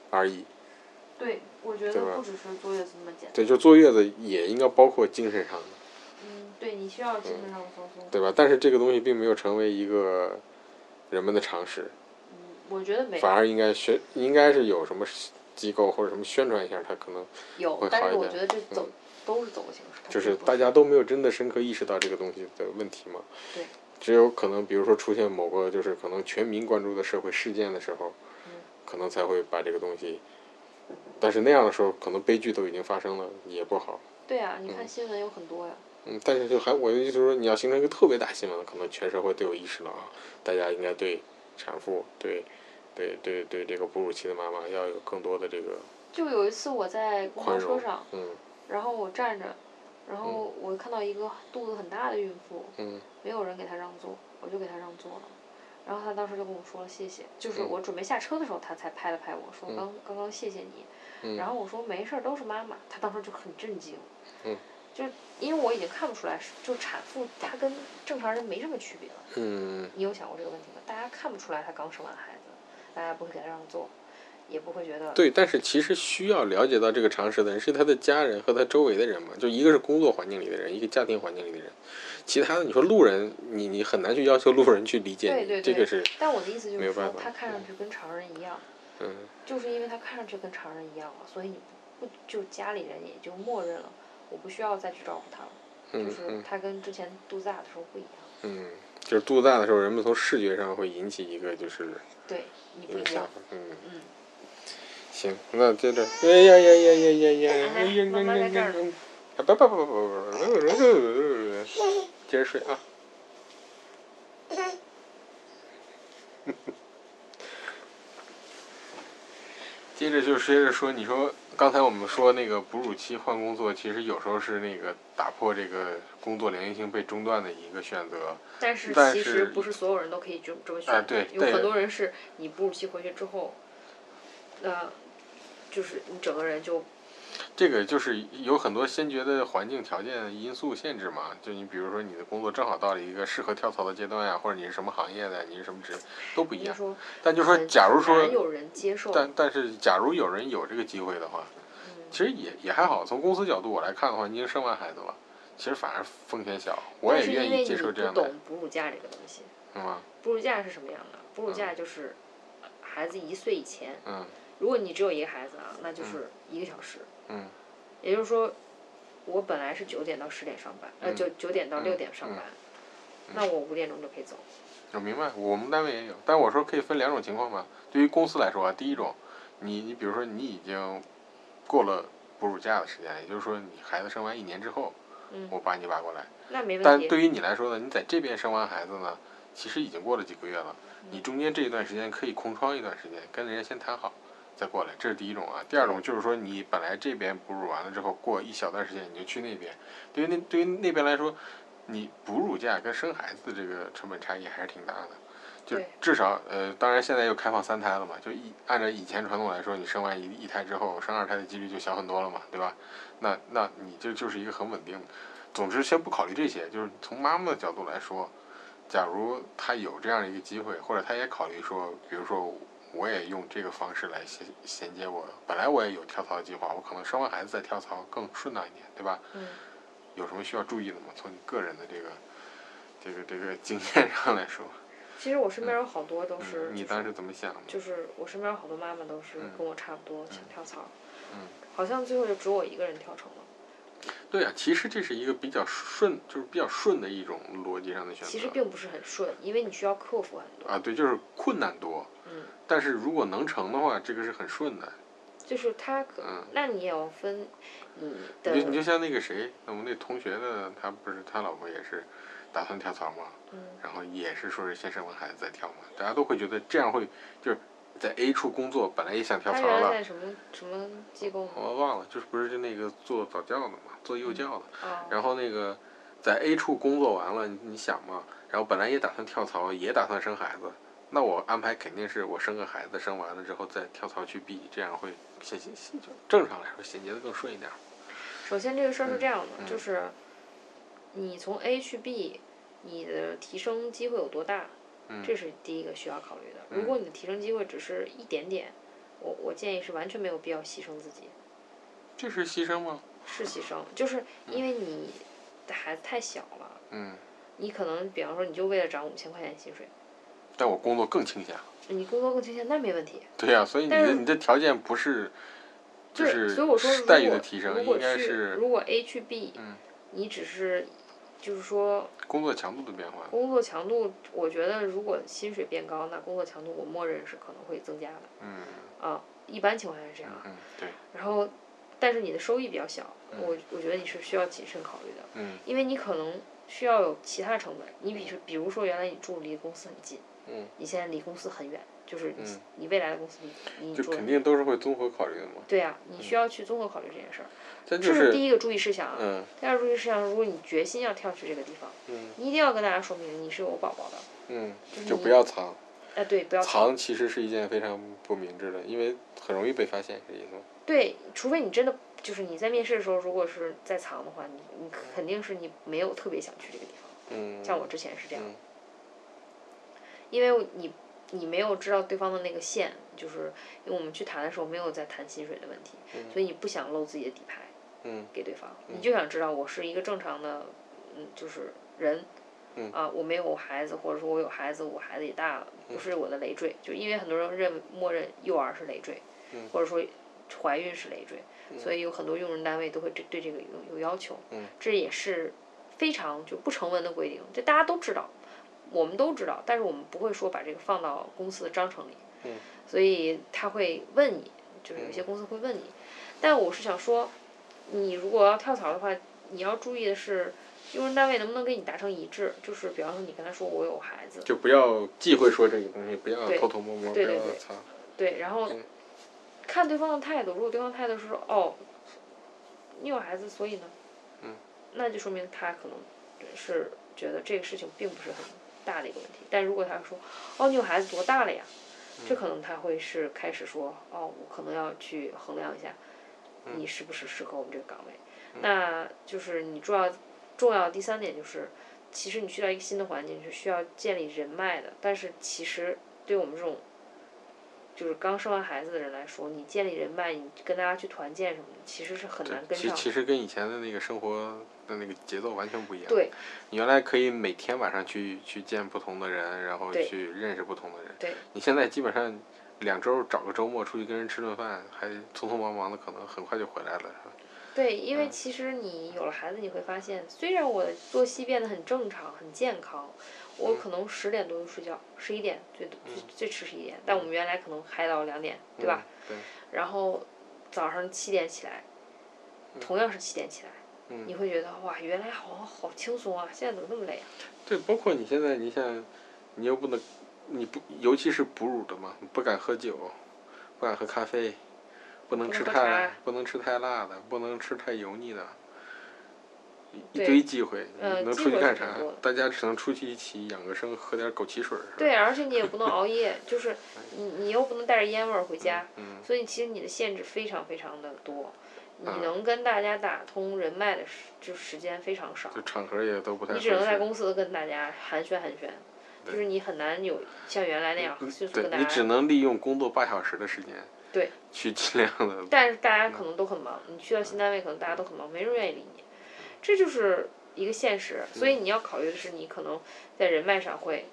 S1: 而已。
S3: 对，我觉
S1: 对
S3: 得
S1: 吧
S3: 不只是坐月子那么简单，
S1: 对，就坐月子也应该包括精神上的，
S3: 嗯，对你需要精神上的放松，
S1: 对吧？但是这个东西并没有成为一个人们的常识，
S3: 嗯，我觉得没
S1: 反而应该宣应该是有什么机构或者什么宣传一下，他可能
S3: 有
S1: 会，好
S3: 但是
S1: 一
S3: 我
S1: 点
S3: 觉得这走
S1: 嗯
S3: 都是走形式，它
S1: 就
S3: 并
S1: 是
S3: 不
S1: 大家都没有真的深刻意识到这个东西的问题嘛。
S3: 对。
S1: 只有可能，比如说出现某个就是可能全民关注的社会事件的时候，可能才会把这个东西。但是那样的时候，可能悲剧都已经发生了，也不好。
S3: 对啊，你看新闻有很多呀。
S1: 嗯，但是就还我的意思是说，你要形成一个特别大新闻，可能全社会都有意识了啊，大家应该对产妇、对、对、对、对这个哺乳期的妈妈要有更多的这个
S3: 就有一次我在公
S1: 宽
S3: 交
S1: 容
S3: 车上，。
S1: 嗯
S3: 然后我站着，然后我看到一个肚子很大的孕妇，
S1: 嗯
S3: 没有人给她让座，我就给她让座了。然后她当时就跟我说了谢谢，就是
S1: 嗯
S3: 我准备下车的时候，她才拍了拍我说刚刚刚谢谢你。
S1: 嗯
S3: 然后我说没事儿，都是妈妈。她当时就很震惊。
S1: 嗯。
S3: 就因为我已经看不出来是，就产妇她跟正常人没什么区别了。
S1: 嗯
S3: 你有想过这个问题吗？大家看不出来她刚生完孩子，大家不会给她让座，也不会觉得。
S1: 对，但是其实需要了解到这个常识的人是他的家人和他周围的人嘛，就一个是工作环境里的人，一个家庭环境里的人，其他的你说路人，你你很难去要求路人去理解
S3: 对
S1: 你，
S3: 对
S1: 这
S3: 对
S1: 个是
S3: 但我的意思就
S1: 没有
S3: 是说
S1: 办，法
S3: 她看上
S1: 嗯
S3: 去跟常人一样。
S1: 嗯
S3: 就是因为他看上去跟常人一样了，所以你不不就家里人也就默认了，我不需要再去照顾他了，
S1: 嗯
S3: 就是
S1: 嗯
S3: 他跟之前肚子大的时候不一样。
S1: 嗯，就是肚子大的时候，人们从视觉上会引起一个就是
S3: 对，你
S1: 一
S3: 不
S1: 个
S3: 一
S1: 想
S3: 样
S1: 法。，嗯，
S3: 嗯，
S1: 行，那接着，哎呀呀呀呀呀呀呀呀呀
S3: 哎妈妈在这
S1: 呀
S3: 儿
S1: 呀！啊，不不不不不不，接着睡啊。 <laughs> 接着就接着说，你说刚才我们说那个哺乳期换工作，其实有时候是那个打破这个工作连续性被中断的一个选择。
S3: 但是
S1: 但
S3: 其
S1: 是
S3: 实不是所有人都可以这么这么选
S1: 啊
S3: 的，
S1: 对
S3: 有
S1: 对
S3: 很多人是你哺乳期回去之后，呃，就是你整个人就
S1: 这个就是有很多先决的环境条件因素限制嘛，就你比如说你的工作正好到了一个适合跳槽的阶段呀，或者你是什么行业的，你是什么职位都不一
S3: 你
S1: 样。
S3: 说，
S1: 但就说
S3: 很
S1: 假如
S3: 很难
S1: 说，
S3: 有人接受，
S1: 但但是假如有人有这个机会的话，
S3: 嗯，
S1: 其实也也还好。从公司角度我来看的话，你已经生完孩子了，其实反而风险小，我
S3: 但
S1: 也
S3: 是
S1: 愿
S3: 因为
S1: 意
S3: 你
S1: 接受
S3: 不
S1: 这样的
S3: 懂，哺乳假这个东西，
S1: 嗯吗？
S3: 哺乳假是什么样的？哺乳假就是孩子一岁以前。
S1: 嗯
S3: 如果你只有一个孩子啊，那就是一个小时。
S1: 嗯
S3: 也就是说，我本来是九点到十点上班，呃，
S1: 嗯
S3: 九九点到六点上班，
S1: 嗯
S3: 那我五点钟就可以走。
S1: 我明白，我们单位也有，但我说可以分两种情况嘛。对于公司来说啊，第一种，你你比如说你已经过了哺乳假的时间，也就是说你孩子生完一年之后，
S3: 嗯，
S1: 我把你挖过来。
S3: 那没问
S1: 但
S3: 题。
S1: 对于你来说呢，你在这边生完孩子呢，其实已经过了几个月了，
S3: 嗯
S1: 你中间这一段时间可以空窗一段时间，跟人家先谈好再过来，这是第一种啊。第二种就是说，你本来这边哺乳完了之后，过一小段时间你就去那边。对于那对于那边来说，你哺乳假跟生孩子这个成本差异还是挺大的。就
S3: 对
S1: 至少呃，当然现在又开放三胎了嘛，就一按照以前传统来说，你生完一一胎之后，生二胎的几率就小很多了嘛，对吧？那那你这就是一个很稳定的。总之，先不考虑这些，就是从妈妈的角度来说，假如她有这样一个机会，或者她也考虑说，比如说，我也用这个方式来衔衔接我，本来我也有跳槽的计划，我可能生完孩子再跳槽更顺当一点，对吧？
S3: 嗯，
S1: 有什么需要注意的吗？从你个人的这个这个这个经验上来说，
S3: 其实我身边有好多都 <laughs> 是，
S1: 嗯，你当时怎么想的？
S3: 就是、就是我身边有好多妈妈都是
S1: 嗯
S3: 跟我差不多、想跳槽，
S1: 嗯
S3: 好像最后就只有我一个人跳成了。
S1: 对啊，其实这是一个比较顺，就是比较顺的一种逻辑上的选择。
S3: 其实并不是很顺，因为你需要克服很多。
S1: 啊，对，就是困难多，
S3: 嗯，
S1: 但是如果能成的话，这个是很顺的。
S3: 就是他可，
S1: 嗯
S3: 那你也要分你的，
S1: 你就你就像那个谁，我们那同学的，他不是他老婆也是打算跳槽嘛，
S3: 嗯
S1: 然后也是说是先生完孩子再跳嘛，大家都会觉得这样会就是在 A 处工作，本来也想跳
S3: 他
S1: 槽
S3: 原来
S1: 了，
S3: 在什么什么机构吗？
S1: 我忘了，就是不是就那个做早教的嘛，做幼教的，
S3: 啊、
S1: 然后那个在 A 处工作完了，你你想嘛，然后本来也打算跳槽，也打算生孩子，那我安排肯定是我生个孩子，生完了之后再跳槽去 B，这样会衔接就正常来说衔接的更顺一点儿。
S3: 首先，这个事儿是这样的，
S1: 嗯嗯
S3: 就是你从 A 去 B，你的提升机会有多大，
S1: 嗯
S3: 这是第一个需要考虑的。如果你的提升机会只是一点点，我我建议是完全没有必要牺牲自己，
S1: 这是牺牲吗？
S3: 是牺牲，就是因为你的孩子太小了，
S1: 嗯，
S3: 你可能比方说你就为了涨五千块钱薪水，
S1: 但我工作更倾向。
S3: 你工作更倾向那没问题。
S1: 对呀、所以你
S3: 但
S1: 的
S3: 是
S1: 你的条件不是，就
S3: 对
S1: 是
S3: 所以我说如
S1: 待遇
S3: 果
S1: 的提升
S3: 如果
S1: 应该
S3: 去
S1: 是
S3: 如果 A 去 B，、
S1: 嗯
S3: 你只是就是说
S1: 工作强度的变化，
S3: 工作强度，我觉得如果薪水变高，那工作强度我默认是可能会增加的
S1: 嗯
S3: 啊，一般情况下是这样。
S1: 嗯，对，
S3: 然后，但是你的收益比较小，
S1: 嗯
S3: 我我觉得你是需要谨慎考虑的，
S1: 嗯
S3: 因为你可能需要有其他成本。你比如比如说原来你住离公司很近，
S1: 嗯，
S3: 你现在离公司很远，就是你、
S1: 嗯
S3: 你未来的公司离你
S1: 就
S3: 住得
S1: 肯定都是会综合考虑的嘛。
S3: 对啊，你需要去综合考虑这件事儿，
S1: 这就
S3: 这是第
S1: 是
S3: 一个注意事项啊。
S1: 嗯
S3: 第二个注意事项，如果你决心要跳去这个地方，
S1: 嗯
S3: 你一定要跟大家说明你是有宝宝的。
S1: 嗯，
S3: 就是
S1: 就
S3: 你
S1: 不要藏，
S3: 哎，对，不要
S1: 藏其实是一件非常不明智的，因为很容易被发现，是这意思吗？
S3: 对，除非你真的就是你在面试的时候，如果是在藏的话，你你肯定是你没有特别想去这个地方。
S1: 嗯，
S3: 像我之前是这样，
S1: 嗯
S3: 因为你你没有知道对方的那个线，就是因为我们去谈的时候没有在谈薪水的问题，
S1: 嗯
S3: 所以你不想露自己的底牌
S1: 嗯
S3: 给对方，
S1: 嗯
S3: 你就想知道我是一个正常的，嗯，就是人。
S1: 嗯
S3: 啊，我没有孩子，或者说我有孩子，我孩子也大了，不
S1: 嗯
S3: 是我的累赘，就因为很多人认为默认幼儿是累赘，
S1: 嗯
S3: 或者说怀孕是累赘，
S1: 嗯
S3: 所以有很多用人单位都会对对这个有有要求，
S1: 嗯
S3: 这也是非常就不成文的规定，这大家都知道，我们都知道，但是我们不会说把这个放到公司的章程里，
S1: 嗯
S3: 所以他会问你，就是有些公司会问你，但我是想说，你如果要跳槽的话，你要注意的是。用人单位能不能跟你达成一致？就是比方说，你跟他说我有孩子，
S1: 就不要忌讳说这个东西，不要
S3: 对
S1: 偷偷摸摸，不
S3: 对对
S1: 要
S3: 对
S1: 藏。
S3: 对，然后
S1: 嗯
S3: 看对方的态度，如果对方态度是说哦，你有孩子，所以呢，
S1: 嗯
S3: 那就说明他可能是觉得这个事情并不是很大的一个问题。但如果他说哦，你有孩子多大了呀？
S1: 嗯
S3: 这可能他会是开始说哦，我可能要去衡量一下，
S1: 嗯
S3: 你是不是适合我们这个岗位。那就是你重要重要的第三点就是，其实你去到一个新的环境是需要建立人脉的，但是其实对我们这种就是刚生完孩子的人来说，你建立人脉，你跟大家去团建什么的，其实是很
S1: 对
S3: 难，跟
S1: 其
S3: 上。
S1: 其实跟以前的那个生活的那个节奏完全不一样。
S3: 对，
S1: 你原来可以每天晚上去去见不同的人，然后
S3: 对
S1: 去认识不同的人。
S3: 对，
S1: 你现在基本上两周找个周末出去跟人吃顿饭，还匆匆忙忙的，可能很快就回来了，是吧？
S3: 对，因为
S1: 嗯
S3: 其实你有了孩子，你会发现，虽然我作息变得很正常、很健康，我
S1: 嗯
S3: 可能十点多就睡觉，十一点最多最
S1: 嗯
S3: 最迟十一点，但我们原来可能嗨到两点，对吧？
S1: 嗯？
S3: 然后早上七点起来，同样是七点起来，
S1: 对，嗯，
S3: 你会觉得哇，原来好好轻松啊，现在怎么那么累啊？
S1: 对，包括你现在，你像，你又不能，你不，尤其是哺乳的嘛，你不敢喝酒，不敢喝咖啡，不能
S3: 不能
S1: 吃
S3: 喝
S1: 太
S3: 茶，
S1: 不能吃太辣的，不能吃太油腻的，一一
S3: 对
S1: 堆忌讳，你
S3: 呃
S1: 能
S3: 忌
S1: 出去
S3: 讳
S1: 干
S3: 是
S1: 啥
S3: 很多的？
S1: 大家只能出去一起养个生，喝点枸杞水儿。是吧，哎
S3: 对，而且你也不能熬夜，就是你你又不能带着烟味儿回家，
S1: 嗯
S3: 所以其实你的限制非常非常的多，你
S1: 嗯
S3: 能跟大家打通人脉的时就时间非常少
S1: 就，场合也都不太合
S3: 你
S1: 适。
S3: 只能在公司跟大家寒暄寒暄，就
S1: 对嗯
S3: 是你很难有像原来那样迅速
S1: 对
S3: 跟大
S1: 你只
S3: 家。
S1: 能利用工作八小时的时间，
S3: 对，
S1: 去尽量的，
S3: 但是
S1: 嗯
S3: 大家可能都很忙，你去到新单位可能大家都很忙，没人愿意理你，这就是一个现实。所
S1: 嗯
S3: 以你要考虑的是，你可能在人脉上会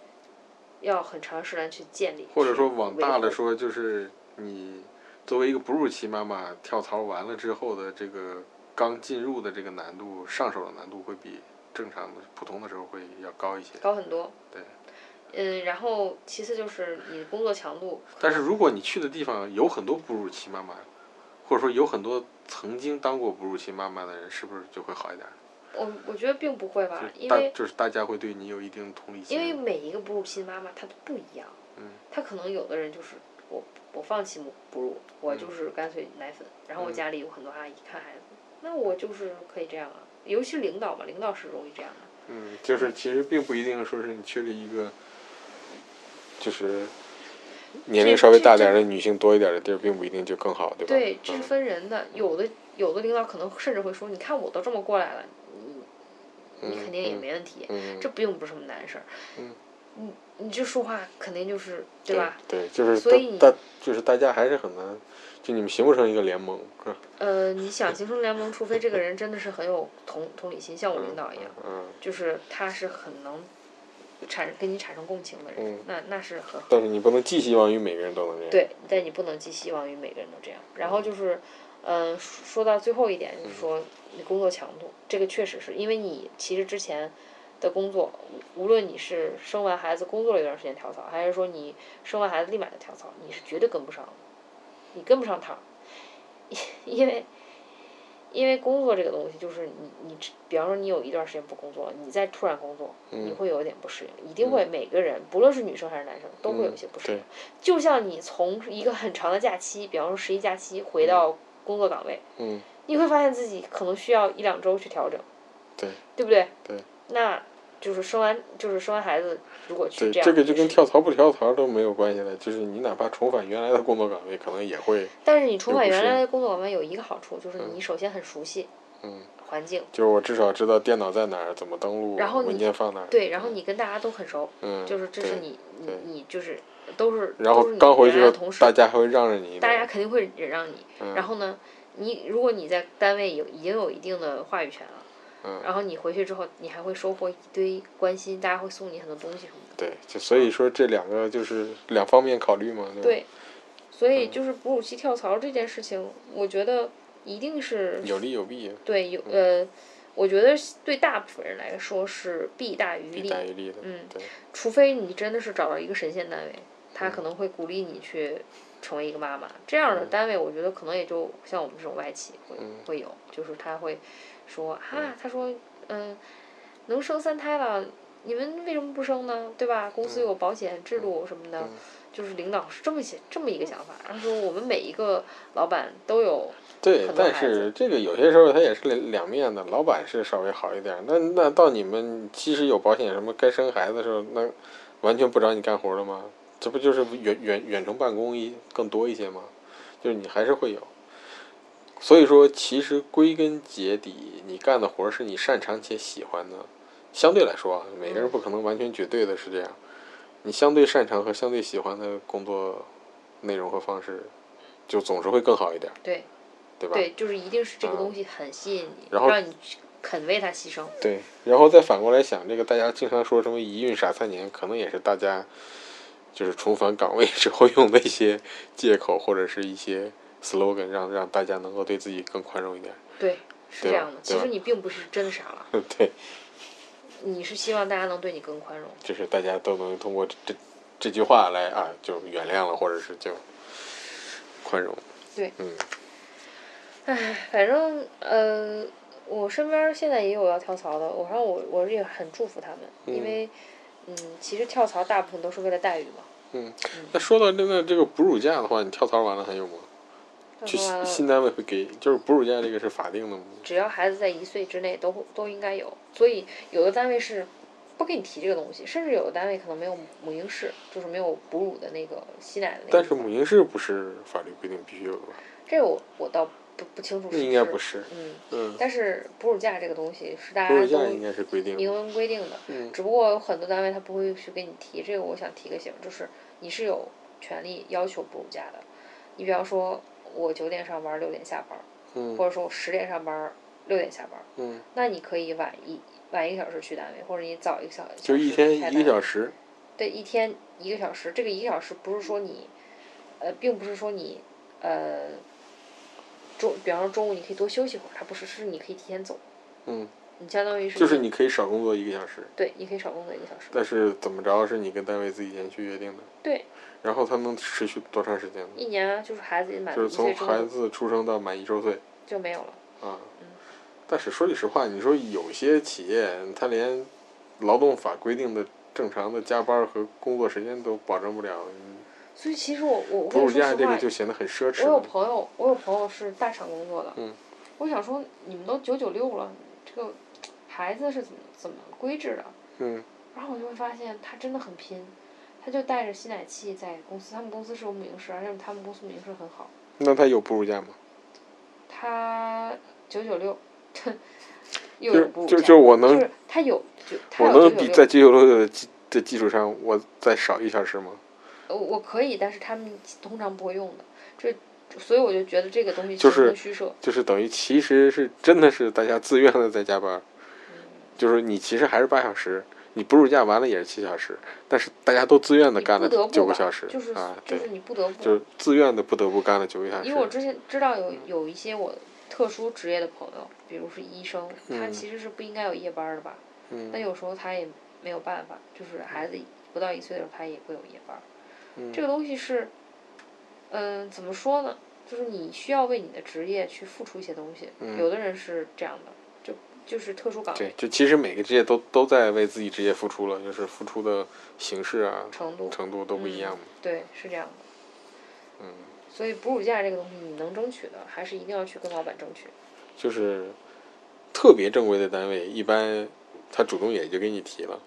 S3: 要很长时间去建立，
S1: 或者
S3: 去
S1: 说往
S3: 维
S1: 大了
S3: 护
S1: 说，就是你作为一个哺乳期妈妈，跳槽完了之后的这个刚进入的这个难度，上手的难度会比正常的普通的时候会要高一些。
S3: 高很多。
S1: 对。
S3: 嗯，然后其次就是你的工作强度，
S1: 但是如果你去的地方有很多哺乳期妈妈，或者说有很多曾经当过哺乳期妈妈的人，是不是就会好一点？
S3: 我我觉得并不会吧，
S1: 就是
S3: 啊因
S1: 大
S3: 为
S1: 就是大家会对你有一定同理
S3: 因为
S1: 心。
S3: 每一个哺乳期妈妈她都不一样，
S1: 嗯
S3: 她可能有的人就是我我放弃母哺乳，我就是干脆奶粉，然后我
S1: 嗯
S3: 家里有很多阿姨看孩子，那我就是可以这样啊，尤其是领导嘛，领导是容易这样的，
S1: 嗯，就是其实并不一定说是你去了一个，就是年
S3: 这
S1: 龄稍微
S3: 这
S1: 大
S3: 这
S1: 点儿的女性多一点儿的地儿，并不一定就更好，对吧？
S3: 对，这是
S1: 嗯
S3: 分人的，有的有的领导可能甚至会说，你看我都这么过来了，你你肯定也没问题，
S1: 嗯，
S3: 这并不是什么难事儿，
S1: 嗯
S3: 你你这说话肯定就是
S1: 对
S3: 对吧？？
S1: 对，就是
S3: 所以
S1: 大大就是大家还是很难，就你们形不成一个联盟，是吧？
S3: 呃，你想形成联盟，除非这个人真的是很有同同理心，像我领导一样，
S1: 嗯，
S3: 就是他是很能产跟你产生共情的人，
S1: 嗯
S3: 那那是很好。
S1: 但是你不能寄希望于每个人都能这样。
S3: 对，但你不能寄希望于每个人都这样。然后就是，嗯，说说到最后一点，你说你工作强度，这个确实是因为你其实之前的工作，无无论你是生完孩子工作了一段时间跳槽，还是说你生完孩子立马就跳槽，你是绝对跟不上的，你跟不上趟儿， <laughs> 因为因为工作这个东西，就是你你只比方说你有一段时间不工作了，你再突然工作，
S1: 嗯
S3: 你会有一点不适应，一定会每个人，不论是女生还是男生，都会有一些不适应
S1: 嗯对。
S3: 就像你从一个很长的假期，比方说十一假期，回到工作岗位，
S1: 嗯
S3: 你会发现自己可能需要一两周去调整，
S1: 对
S3: 对不对？
S1: 对。
S3: 那就是生完就是生完孩子，如果去
S1: 对，
S3: 这样，
S1: 这个就跟
S3: 也是
S1: 跳槽不跳槽都没有关系了，就是你哪怕重返原来的工作岗位，可能也会，
S3: 但是你重返
S1: 有不适
S3: 原
S1: 应
S3: 来的工作岗位有一个好处，就是你首先很熟悉
S1: 嗯，
S3: 环境，
S1: 就是我至少知道电脑在哪儿，怎么登录，
S3: 然后你
S1: 文件放哪儿，
S3: 对，然后你跟大家都很熟，
S1: 嗯，
S3: 就是这是
S1: 对，
S3: 你你
S1: 对
S3: 你就是都是
S1: 然
S3: 都
S1: 后
S3: 是你
S1: 刚回去
S3: 原来的同事
S1: 大家还会让着你一点，
S3: 大家肯定会忍让你。
S1: 嗯
S3: 然后呢，你如果你在单位有已经有一定的话语权了，
S1: 嗯
S3: 然后你回去之后，你还会收获一堆关心，大家会送你很多东西什么的。
S1: 对，就所以说这两个就是两方面考虑嘛，对吧？
S3: 对，所
S1: 嗯
S3: 以就是哺乳期跳槽这件事情，我觉得一定是
S1: 有利有弊，
S3: 对有
S1: 嗯
S3: 呃，我觉得对大部分人来说是弊大于
S1: 弊
S3: 利，
S1: 大于利的，
S3: 嗯
S1: 对，
S3: 除非你真的是找到一个神仙单位，他
S1: 嗯
S3: 可能会鼓励你去成为一个妈妈。这样的单位，我觉得可能也就像我们这种外企会、
S1: 嗯
S3: 会有，就是他会说啊，他说嗯、能生三胎了，你们为什么不生呢？对吧？公司有保险制度什么的，
S1: 嗯
S3: 就是领导是这么想这么一个想法。他说我们每一个老板都有，
S1: 对
S3: 很，多
S1: 但
S3: 孩子
S1: 是这个有些时候它也是两两面的，老板是稍微好一点儿，那那到你们其实有保险什么，该生孩子的时候，那完全不找你干活了吗？这不就是远远远程办公一更多一些吗？就是你还是会有，所以说其实归根结底，你干的活儿是你擅长且喜欢的，相对来说啊，每
S3: 嗯
S1: 个人不可能完全绝对的是这样，你相对擅长和相对喜欢的工作内容和方式，就总是会更好一点儿，
S3: 对
S1: 对吧？
S3: 对，就是一定是这个
S1: 嗯
S3: 东西很吸引你，
S1: 然后
S3: 让你去肯为他牺牲。
S1: 对，然后再反过来想，这个大家经常说什么“一孕傻三年”，可能也是大家就是重返岗位 <laughs> 之后用的一些借口或者是一些 slogan，让让大家能够对自己更宽容一点。
S3: 对，是这
S1: 对吧
S3: 样
S1: 对
S3: 的。其
S1: 吧
S3: 实你并不是真的傻了。
S1: <laughs> 对，
S3: 你是希望大家能对你更宽容，
S1: 就是大家都能通过这这这句话来啊，就原谅了，或者是就宽容。
S3: 对，
S1: 嗯
S3: 反正呃，我身边儿现在也有要跳槽的，我然后我我也很祝福他们，因
S1: 嗯
S3: 为嗯，其实跳槽大部分都是为了待遇嘛。
S1: 嗯。那说到真的这个哺乳假的话，你跳槽完了还有吗？
S3: 那
S1: 去
S3: 么
S1: 新新单位会给，就是哺乳假这个是法定的吗？
S3: 只要孩子在一岁之内都会都应该有，所以有的单位是不给你提这个东西，甚至有的单位可能没有母婴室，就是没有哺乳的那个吸奶的那个
S1: 但
S3: 地
S1: 是
S3: 方。
S1: 母婴室不是法律规定必须有的吧？
S3: 这我我倒不不清楚是
S1: 应该
S3: 是
S1: 不是。
S3: 嗯，
S1: 嗯。
S3: 但是哺乳假这个东西是大
S1: 哺
S3: 家
S1: 乳
S3: 都
S1: 假应该是规定
S3: 明
S1: 的，
S3: 文规定的，
S1: 嗯
S3: 只不过有很多单位他不会去给你提这个。我想提个醒，就是你是有权利要求哺乳假的。你比方说，我九点上班，六点下班，
S1: 嗯
S3: 或者说我十点上班，六点下班，
S1: 嗯，
S3: 那你可以晚一晚一个小时去单位，或者你早一个小时
S1: 就一天一个
S3: 时离开单位。
S1: 小时，
S3: 对，一天一个小时。这个一个小时不是说你，呃，并不是说你，呃，中，比方说中午你可以多休息会儿，它不是，是你可以提前走。
S1: 嗯，
S3: 你相当于是
S1: 就是
S3: 一
S1: 你可以少工作一个小时，
S3: 对，你可以少工作一个小时。
S1: 但是怎么着是你跟单位自己先去约定的，
S3: 对，
S1: 然后它能持续多长时间呢？
S3: 一年啊，就是孩子满
S1: 就
S3: 一
S1: 是从
S3: 岁之
S1: 孩
S3: 后
S1: 子出生到满一周岁
S3: 就没有了。
S1: 啊
S3: 嗯。
S1: 但是说句实话，你说有些企业它连劳动法规定的正常的加班和工作时间都保证不了，嗯
S3: 所以其实我我我
S1: 哺
S3: 跟你
S1: 乳
S3: 说
S1: 假
S3: 实
S1: 这
S3: 话
S1: 个，就显得很奢侈
S3: 我有
S1: 了。
S3: 朋友，我有朋友是大厂工作的，
S1: 嗯
S3: 我想说你们都九九六了，这个孩子是怎么怎么规制的？
S1: 嗯
S3: 然后我就会发现他真的很拼，他就带着吸奶器在公司，他们公司是有母婴室，而且他们公司母婴室很好，
S1: 那它有哺乳假吗？
S3: 他九九六， <laughs> 又
S1: 就是
S3: 有哺乳
S1: 就
S3: 假
S1: 就我能
S3: 就是他有就他
S1: 我
S3: 有
S1: 能
S3: 996
S1: 比在九九六的基的基础上，我再少一小时吗？
S3: 我呃我可以，但是他们通常不会用的，这所以我就觉得这个东西
S1: 就
S3: 形
S1: 是
S3: 同虚设。
S1: 就是等于其
S3: 嗯
S1: 实是真的是大家自愿的在加班儿，就是你其实还是八小时，你不如假完了也是七小时，但是大家都自愿的
S3: 你
S1: 干
S3: 不
S1: 了
S3: 得不
S1: 九个
S3: 吧
S1: 小时
S3: 就是
S1: 啊，
S3: 就
S1: 对
S3: 是，你不得不，
S1: 就是啊自愿的不得不干了九个小时
S3: 因为。我之前知道有有一些我特殊职业的朋友，比如是医生，他
S1: 嗯
S3: 其实是不应该有夜班儿的吧？
S1: 嗯
S3: 但有时候他也没有办法，就是孩子不到一岁的时候，他也会有夜班儿。
S1: 嗯
S3: 这个东西是，嗯、怎么说呢？就是你需要为你的职业去付出一些东西。
S1: 嗯
S3: 有的人是这样的，就就是特殊岗
S1: 对
S3: 位，
S1: 就其实每个职业都都在为自己职业付出了，就是付出的形式啊、
S3: 程度，
S1: 程度都不一
S3: 嗯
S1: 样嘛。
S3: 对，是这样的。
S1: 嗯，
S3: 所以哺乳假这个东西，你能争取的，还是一定要去跟老板争取。
S1: 就是特别正规的单位，一般他主动也就给你提了。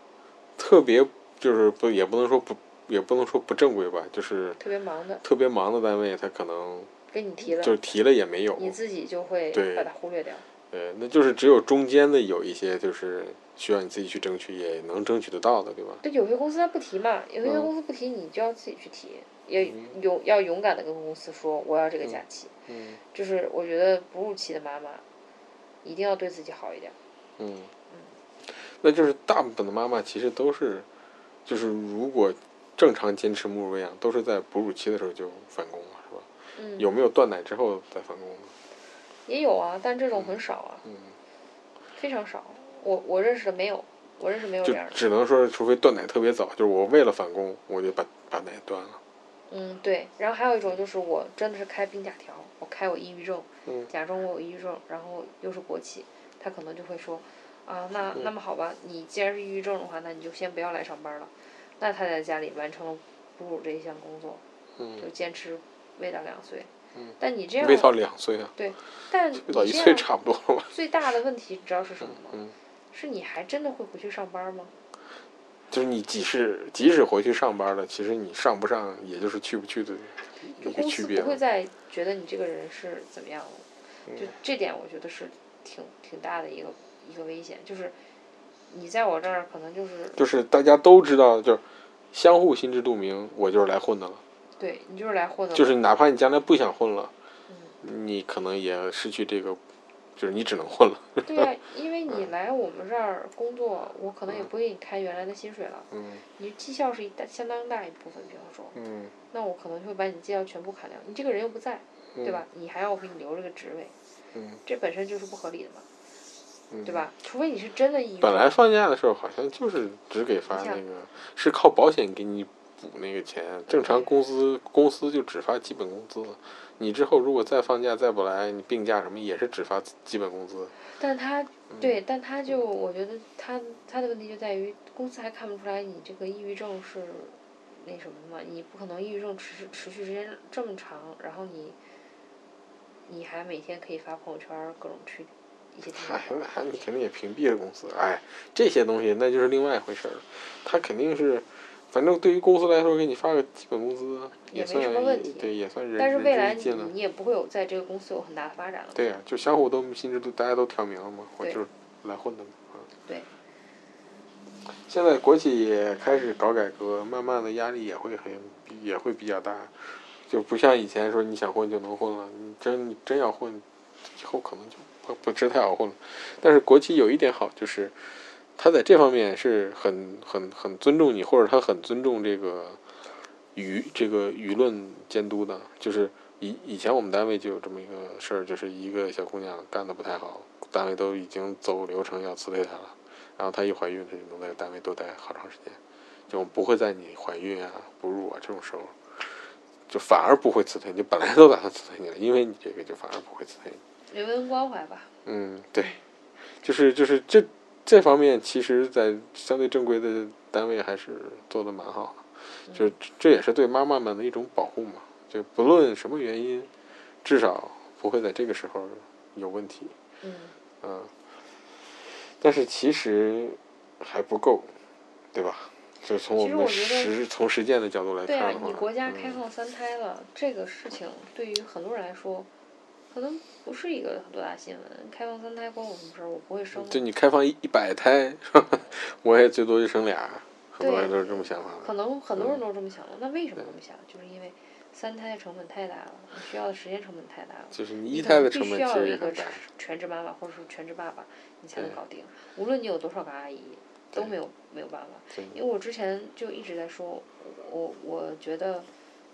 S1: 特别就是不也不能说不也不能说不正规吧，就是
S3: 特别忙的，
S1: 特别忙的单位，他可能
S3: 跟你提了，
S1: 就是提了也没有。
S3: 你自己就会
S1: 对
S3: 把它忽略掉。
S1: 对，那就是只有中间的有一些就是需要你自己去争取，也能争取得到的，对吧？
S3: 对，有些公司他不提嘛，有些
S1: 嗯
S3: 公司不提，你就要自己去提，也勇要勇敢的跟公司说我要这个假期。
S1: 嗯
S3: 就是我觉得哺乳期的妈妈一定要对自己好一点。
S1: 嗯，那就是大部分的妈妈其实都是，就是如果正常坚持母乳喂养，都是在哺乳期的时候就返工了，是吧？
S3: 嗯，
S1: 有没有断奶之后再返工呢？
S3: 也有啊，但这种很少啊，
S1: 嗯，
S3: 非常少。我我认识的没有，我认识没有
S1: 就
S3: 这样的。
S1: 只能说，除非断奶特别早，就是我为了返工，我就把把奶断了。
S3: 嗯，对。然后还有一种就是我真的是开病假条，我开我抑郁症，
S1: 嗯
S3: 假装我有抑郁症，然后又是国企，他可能就会说，啊，那
S1: 嗯
S3: 那么好吧，你既然是抑郁症的话，那你就先不要来上班了。那他在家里完成了哺乳这一项工作，
S1: 嗯
S3: 就，坚持喂到两岁。
S1: 嗯
S3: 但你这样
S1: 喂，到两岁啊，
S3: 但
S1: 喂到
S3: 你
S1: 一
S3: 这
S1: 岁
S3: 样
S1: 差不多了吧？
S3: 最大的问题，你知道是什么吗？
S1: 嗯，
S3: 是你还真的会回去上班吗？
S1: 就是你即使即使回去上班了，其实你上不上，也就是去不去的
S3: 就
S1: 一个
S3: 公
S1: 区
S3: 司
S1: 别
S3: 不会
S1: 了。
S3: 再觉得你这个人是怎么样了，就
S1: 嗯
S3: 这点我觉得是挺挺大的一个一个危险，就是你在我这儿可能就是
S1: 就是大家都知道，就是相互心知肚明，我就是来混的了。
S3: 对你就是来混的，
S1: 就是哪怕你将来不想混了，
S3: 嗯，
S1: 你可能也失去这个，就是你只能混了。
S3: 对呀、
S1: <laughs>
S3: 因为你来我们这儿工作，我可能也
S1: 嗯
S3: 不给你开原来的薪水了，
S1: 嗯
S3: 你绩效是一大相当大一部分，比方说，
S1: 嗯，
S3: 那我可能会把你绩效全部砍掉，你这个人又不在，对吧？你还要我给你留这个职位，
S1: 嗯？
S3: 这本身就是不合理的嘛，
S1: 嗯，
S3: 对？吧？除非你是真的抑郁
S1: 本
S3: 症，
S1: 来放假的时候好像就是只给发
S3: 你
S1: 那
S3: 想
S1: 个，是靠保险给你补那个钱。正常公司公司就只发基本工资了，你之后如果再放假再不来，你病假什么也是只发基本工资。
S3: 但他
S1: 嗯
S3: 对，但他就我觉得他他的问题就在于公司还看不出来你这个抑郁症是那什么嘛，你不可能抑郁症持续持续时间这么长，然后你你还每天可以发朋友圈儿各种去一些地方
S1: 哎，，那还你肯定也屏蔽了公司。哎，这些东西那就是另外一回事儿了。他肯定是，反正对于公司来说，给你发个基本工资
S3: 也没
S1: 算
S3: 什么问题
S1: 对，也算人
S3: 但是未来
S1: 人之一
S3: 你
S1: 尽了。
S3: 你也不会有在这个公司有很大的发展了。
S1: 对呀、就相互都心知肚，大家都挑明了嘛，我
S3: 对
S1: 就是来混的嘛。啊
S3: 对。
S1: 现在国企也开始搞改革，慢慢的压力也会很也会比较大，就不像以前说你想混就能混了，你真你真要混，以后可能就不不是太好混了。但是国企有一点好，就是他在这方面是很很很尊重你，或者他很尊重这个舆这个舆论监督的。就是以以前我们单位就有这么一个事儿，就是一个小姑娘干的不太好，单位都已经走流程要辞退她了，然后她一怀孕，她就能在单位多待好长时间，就不会在你怀孕啊、哺乳啊这种时候。就反而不会辞退你，本来都打算辞退你了，因为你这个就反而不会辞退你。
S3: 人文关怀吧，
S1: 嗯，对，就是就是这这方面，其实，在相对正规的单位还是做的蛮好的，就是
S3: 嗯
S1: 这也是对妈妈们的一种保护嘛。就不论什么原因，至少不会在这个时候有问题。
S3: 嗯，
S1: 嗯，但是其实还不够，对吧？就从我
S3: 其实
S1: 们的
S3: 我觉得
S1: 实从实践的角度来
S3: 对啊
S1: 看的，话，
S3: 你国家开
S1: 嗯
S3: 放三胎了，这个事情对于很多人来说，可能不是一个多大新闻。开放三胎关我什么事儿？我不会生。
S1: 就你开放一一百胎，是吧？ <laughs> 我也最多就生俩，很多
S3: 对
S1: 人都是这么想法的。
S3: 可能很多
S1: 嗯
S3: 人都这么想的，那为什么这么想？就是因为三胎的成本太大了，你需要的时间成本太大了。
S1: 就是你
S3: 你
S1: 一
S3: 可
S1: 胎
S3: 能
S1: 的
S3: 必
S1: 成本
S3: 须
S1: 其
S3: 要有
S1: 实
S3: 一
S1: 也
S3: 个
S1: 很大，
S3: 全职妈妈或者说全职爸爸，你才能
S1: 对
S3: 搞定。无论你有多少个阿姨，都
S1: 对
S3: 没有没有办法。
S1: 对
S3: 因为我之前就一直在说，我我觉得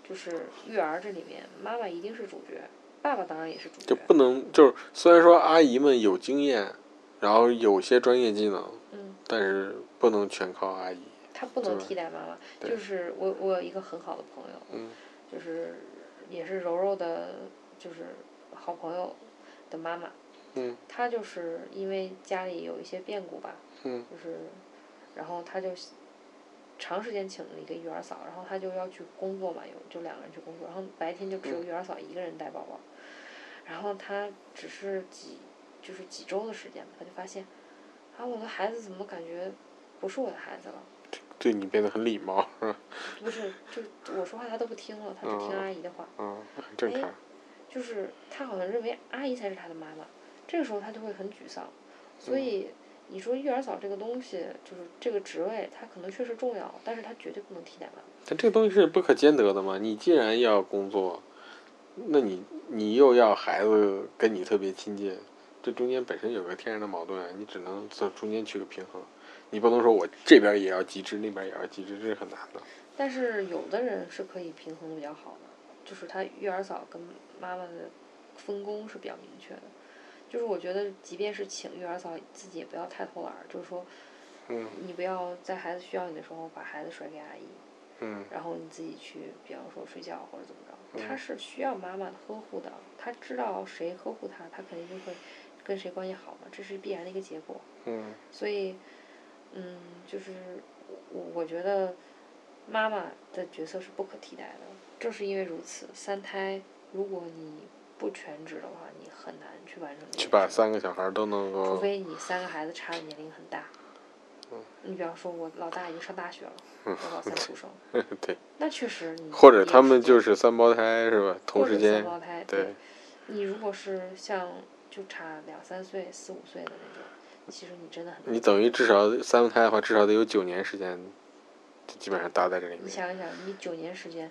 S3: 就是育儿这里面，妈妈一定是主角，爸爸当然也是主
S1: 就
S3: 角。
S1: 不能就是虽然说阿姨们有经验，然后有些专业技能，
S3: 嗯，
S1: 但是不能全靠阿姨。
S3: 他不能
S1: 对
S3: 替代妈妈。
S1: 对
S3: 就是我我有一个很好的朋友，
S1: 嗯
S3: 就是也是柔柔的，就是好朋友的妈妈，
S1: 嗯
S3: 她就是因为家里有一些变故吧，
S1: 嗯
S3: 就是，然后她就长时间请了一个育儿嫂，然后她就要去工作嘛，有就两个人去工作，然后白天就只有
S1: 嗯
S3: 育儿嫂一个人带宝宝，然后她只是几就是几周的时间吧，她就发现，啊，我的孩子怎么感觉不是我的孩子了。
S1: 对你变得很礼貌是吧？
S3: 不是，就我说话他都不听了，他只听
S1: 哦
S3: 阿姨的话。
S1: 嗯，很正
S3: 哎
S1: 常。
S3: 就是他好像认为阿姨才是他的妈妈，这个时候他就会很沮丧。所
S1: 嗯
S3: 以你说育儿嫂这个东西，就是这个职位，它可能确实重要，但是它绝对不能替代妈妈。
S1: 但这个东西是不可兼得的嘛。你既然要工作，那你你又要孩子跟你特别亲近，这中间本身有个天然的矛盾啊，你只能从中间取个平衡。你不能说我这边也要极致，那边也要极致，这是很难的。
S3: 但是有的人是可以平衡的比较好的，就是他育儿嫂跟妈妈的分工是比较明确的。就是我觉得，即便是请育儿嫂，自己也不要太偷懒儿，就是说，
S1: 嗯
S3: 你不要在孩子需要你的时候把孩子甩给阿姨。
S1: 嗯
S3: 然后你自己去，比方说睡觉或者怎么着，
S1: 嗯
S3: 他是需要妈妈的呵护的，他知道谁呵护他，他肯定就会跟谁关系好嘛，这是必然的一个结果。
S1: 嗯
S3: 所以，嗯，就是我我觉得妈妈的角色是不可替代的，正是因为如此，三胎如果你不全职的话，你很难去完成这个
S1: 去把
S3: 职责
S1: 三个小孩都能
S3: 除
S1: 够，
S3: 非你三个孩子差的年龄很大
S1: 嗯。
S3: 你比方说，我老大已经上大学了，我老三出
S1: <laughs>
S3: 生，
S1: 对，
S3: 那确实你
S1: 或者
S3: 也
S1: 他们
S3: 是
S1: 就是三胞胎是吧？同时
S3: 或者
S1: 间
S3: 双，胞胎，
S1: 对，
S3: 你如果是像就差两三岁、四五岁的那种，其实你真的很难。
S1: 你等于至少三胞胎的话，至少得有九年时间，就基本上搭在这里
S3: 你
S1: 面，
S3: 想一想，你九年时间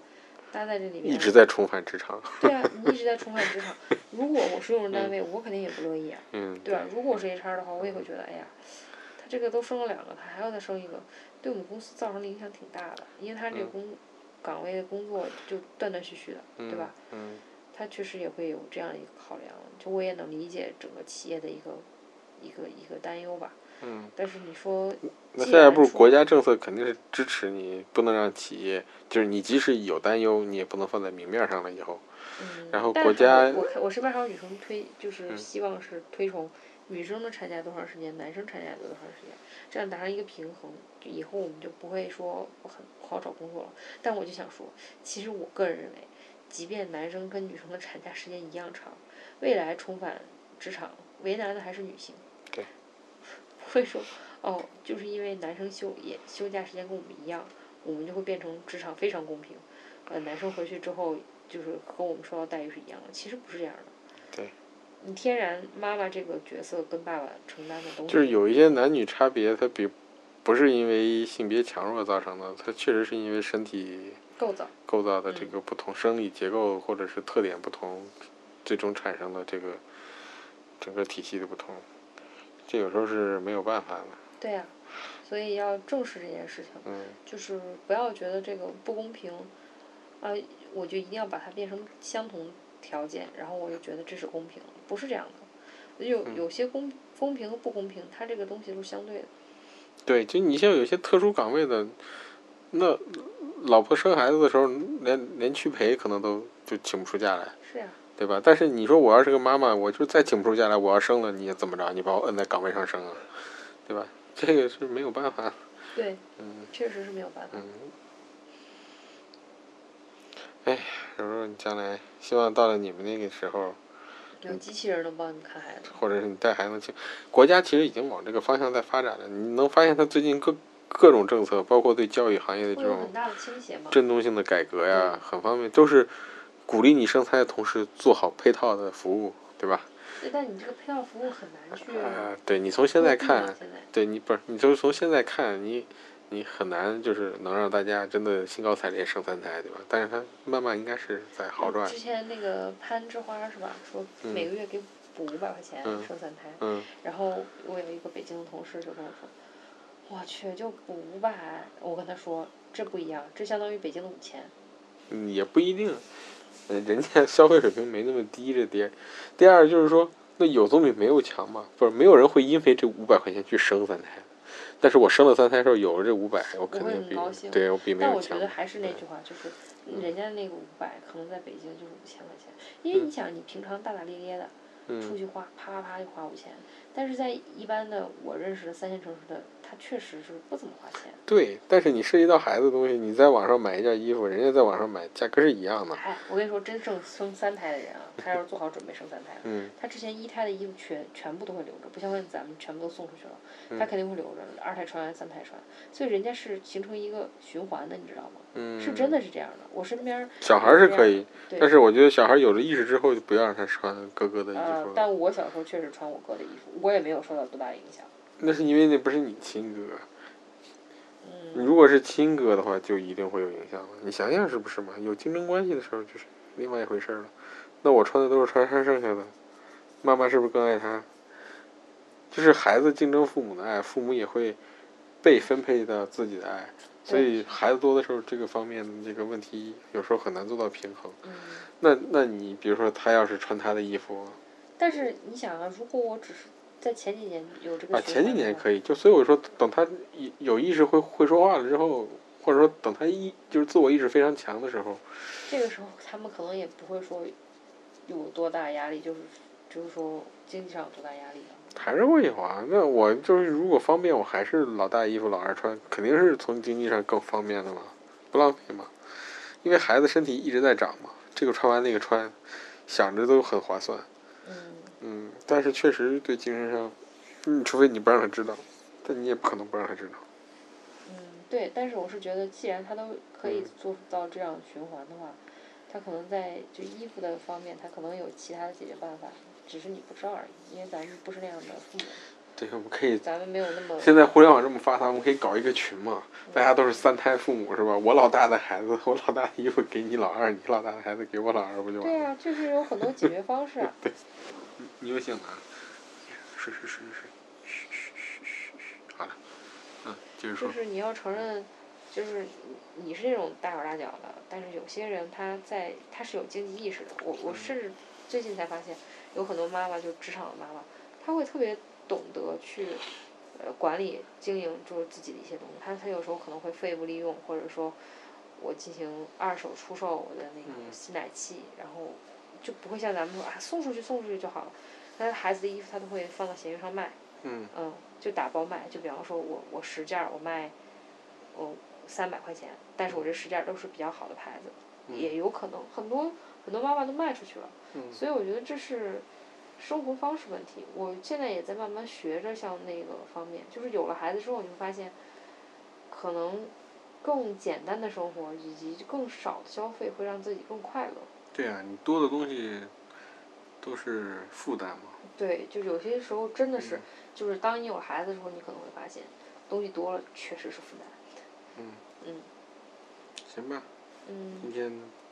S3: 待在这里面，
S1: 一直在重返职场。
S3: 对啊，你一直在重返
S1: <laughs>
S3: 职场。如果我是用人单位，我肯定也不乐意啊，
S1: 嗯，
S3: 对吧？如果我是 HR 的话，我也会觉得，哎呀，他这个都生了两个，他还要再生一个，对我们公司造成的影响挺大的，因为他这个
S1: 嗯
S3: 工、岗位的工作就断断续续的，
S1: 嗯
S3: 对吧？？
S1: 嗯。
S3: 他确实也会有这样一个考量，就我也能理解整个企业的一个一个一个担忧吧。
S1: 嗯，
S3: 但是你说，
S1: 那
S3: 既
S1: 下一
S3: 然
S1: 步
S3: 说
S1: 国家政策肯定是支持你，不能让企业就是你即使有担忧，你也不能放在明面上了以后。
S3: 嗯，
S1: 然后
S3: 但
S1: 国
S3: 是我
S1: 家
S3: 我看我身边还有女生推，就是
S1: 嗯
S3: 希望是推崇女生的产假多长时间，男生产假多长时间，这样达成一个平衡，就以后我们就不会说我很不好找工作了。但我就想说，其实我个人认为，即便男生跟女生的产假时间一样长，未来重返职场为难的还是女性。
S1: 对。
S3: 不 <laughs> 会说哦，就是因为男生休也休假时间跟我们一样，我们就会变成职场非常公平。呃，男生回去之后就是和我们受到待遇是一样的，其实不是这样的。
S1: 对。
S3: 你天然妈妈这个角色跟爸爸承担的东西，
S1: 就是有一些男女差别，它比不是因为性别强弱造成的，它确实是因为身体
S3: 构造，
S1: 构造的这
S3: 嗯
S1: 个不同、生理结构或者是特点不同，最终产生的这个整个体系的不同，这有时候是没有办法的。
S3: 对呀、所以要正视这件事情，
S1: 嗯
S3: 就是不要觉得这个不公平，啊、我就一定要把它变成相同条件，然后我就觉得这是公平了，不是这样的。有
S1: 嗯
S3: 有些公公平和不公平，它这个东西都是相对的。
S1: 对，就你像有些特殊岗位的，那老婆生孩子的时候，连连去陪可能都就请不出假来，
S3: 是呀、
S1: 对吧？但是你说我要是个妈妈，我就再请不出假来，我要生了，你也怎么着？你把我摁在岗位上生啊，对吧？这个是没有办法。
S3: 对，
S1: 嗯
S3: 确实是没有办法
S1: 嗯。。哎，柔柔，你将来希望到了你们那个时候，
S3: 有
S1: 嗯
S3: 机器人能帮你看孩子。
S1: 或者是你带孩子去，国家其实已经往这个方向在发展了。你能发现它最近各各种政策，包括对教育行业的
S3: 会
S1: 这
S3: 有
S1: 种
S3: 很大的倾斜嘛？
S1: 针对性的改革呀，很方面，都是鼓励你生财的同时做好配套的服务，对吧？
S3: 对，但你这个配套服务很难去。
S1: 啊，对你从现在看，
S3: 现在
S1: 对你不是，你就是从现在看，你你很难就是能让大家真的兴高采烈生三胎，对吧？但是它慢慢应该是在好转
S3: 之，前那个攀枝花是吧？说
S1: 嗯
S3: 每个月给补五百块钱
S1: 嗯
S3: 生三胎，
S1: 嗯
S3: 然后我有一个北京的同事就跟我说，我去，就不吧！我跟他说，这不一样，这相当于北京的五千。
S1: 嗯，也不一定，呃人家 <laughs> 消费水平没那么低，这第一第二就是说，那有总比没有强嘛，不是没有人会因为这五百块钱去生三胎，但是我生了三胎之后有了这五百，我肯
S3: 会
S1: 定
S3: 很
S1: 比
S3: 高兴
S1: 对我比没
S3: 但
S1: 有
S3: 我觉
S1: 强
S3: 得。还是那
S1: 对
S3: 句话，就是
S1: 嗯
S3: 人家那个五百，可能在北京就是五千块钱，因为你想，你平常大大咧咧的出
S1: 嗯，
S3: 去花，啪啪啪就花五千，但是在一般的我认识的三线城市的，他确实是不怎么花钱。
S1: 对，但是你涉及到孩子的东西，你在网上买一件衣服，人家在网上买价格是一样的。
S3: 哎，我跟你说，真正生三胎的人啊，他要是做好准备生三胎了，
S1: 嗯，
S3: 他之前一胎的衣服全全部都会留着，不像咱们全部都送出去了，
S1: 嗯
S3: 他肯定会留着，二胎穿完三胎穿，所以人家是形成一个循环的，你知道吗？
S1: 嗯，
S3: 是真的是这样的。我身边儿
S1: 小孩儿是可以，
S3: 对，
S1: 但是我觉得小孩儿有了意识之后，就不要让他穿哥哥的衣
S3: 呃
S1: 服，了。
S3: 但我小时候确实穿我哥的衣服，我也没有受到多大影响。
S1: 那是因为那不是你亲哥，你
S3: 嗯，
S1: 如果是亲哥的话，就一定会有影响了。你想想是不是嘛？有竞争关系的时候，就是另外一回事儿了。那我穿的都是穿他剩下的，妈妈是不是更爱他？就是孩子竞争父母的爱，父母也会被分配到自己的爱，所以孩子多的时候，这个方面这个问题有时候很难做到平衡。
S3: 嗯，
S1: 那那你比如说，他要是穿他的衣服，
S3: 但是你想啊，如果我只是在前几年有这个
S1: 啊，前几年
S3: 以，
S1: 可以，就所以我说，等他有有意识会会说话了之后，或者说等他意就是自我意识非常强的时候，
S3: 这个时候他们可能也不会说有多大压力，就是就是说经济上有多大压力啊。
S1: 还是会有啊。那我就是如果方便，我还是老大衣服老二穿，肯定是从经济上更方便的嘛，不浪费嘛。因为孩子身体一直在长嘛，这个穿完那个穿，想着都很划算。
S3: 嗯，
S1: 嗯，但是确实对精神上，嗯，除非你不让他知道，但你也不可能不让他知道。
S3: 嗯，对，但是我是觉得，既然他都可以
S1: 嗯
S3: 做到这样循环的话，他可能在就衣服的方面，他可能有其他的解决办法，只是你不知道而已，因为咱们不是那样的父母，
S1: 对，我们可以
S3: 咱们没有那么嗯
S1: 现在互联网这么发达，我们可以搞一个群嘛，大家都是三胎父母是吧？我老大的孩子，我老大的衣服给你老二，你老大的孩子给我老二，不就完
S3: 对
S1: 了？
S3: 啊，就是有很多解决方式啊。
S1: 你又醒了啊，睡睡睡睡睡，好了，嗯，接着
S3: 就
S1: 说，
S3: 是你要承认，就是你你是那种大手大脚的，但是有些人他在他是有经济意识的。我我
S1: 嗯
S3: 是最近才发现，有很多妈妈就职场的妈妈，她会特别懂得去呃管理经营就是自己的一些东西。她她有时候可能会废物利用，或者说我进行二手出售我的那个
S1: 嗯
S3: 吸奶器，然后就不会像咱们说啊送出去送出去就好了。但是孩子的衣服她都会放到闲鱼上卖。
S1: 嗯
S3: 嗯，就打包卖，就比方说我我十件儿我卖，我三百块钱，但是我这十件儿都是比较好的牌子，也有可能很多很多妈妈都卖出去了，
S1: 嗯
S3: 所以我觉得这是生活方式问题。我现在也在慢慢学着向那个方面，就是有了孩子之后，你会发现，可能更简单的生活以及更少的消费会让自己更快乐。
S1: 对啊，你多的东西都是负担嘛，
S3: 对，就有些时候真的是
S1: 嗯，
S3: 就是当你有孩子的时候，你可能会发现，东西多了确实是负担。
S1: 嗯
S3: 嗯
S1: 行吧，今
S3: 嗯，
S1: 天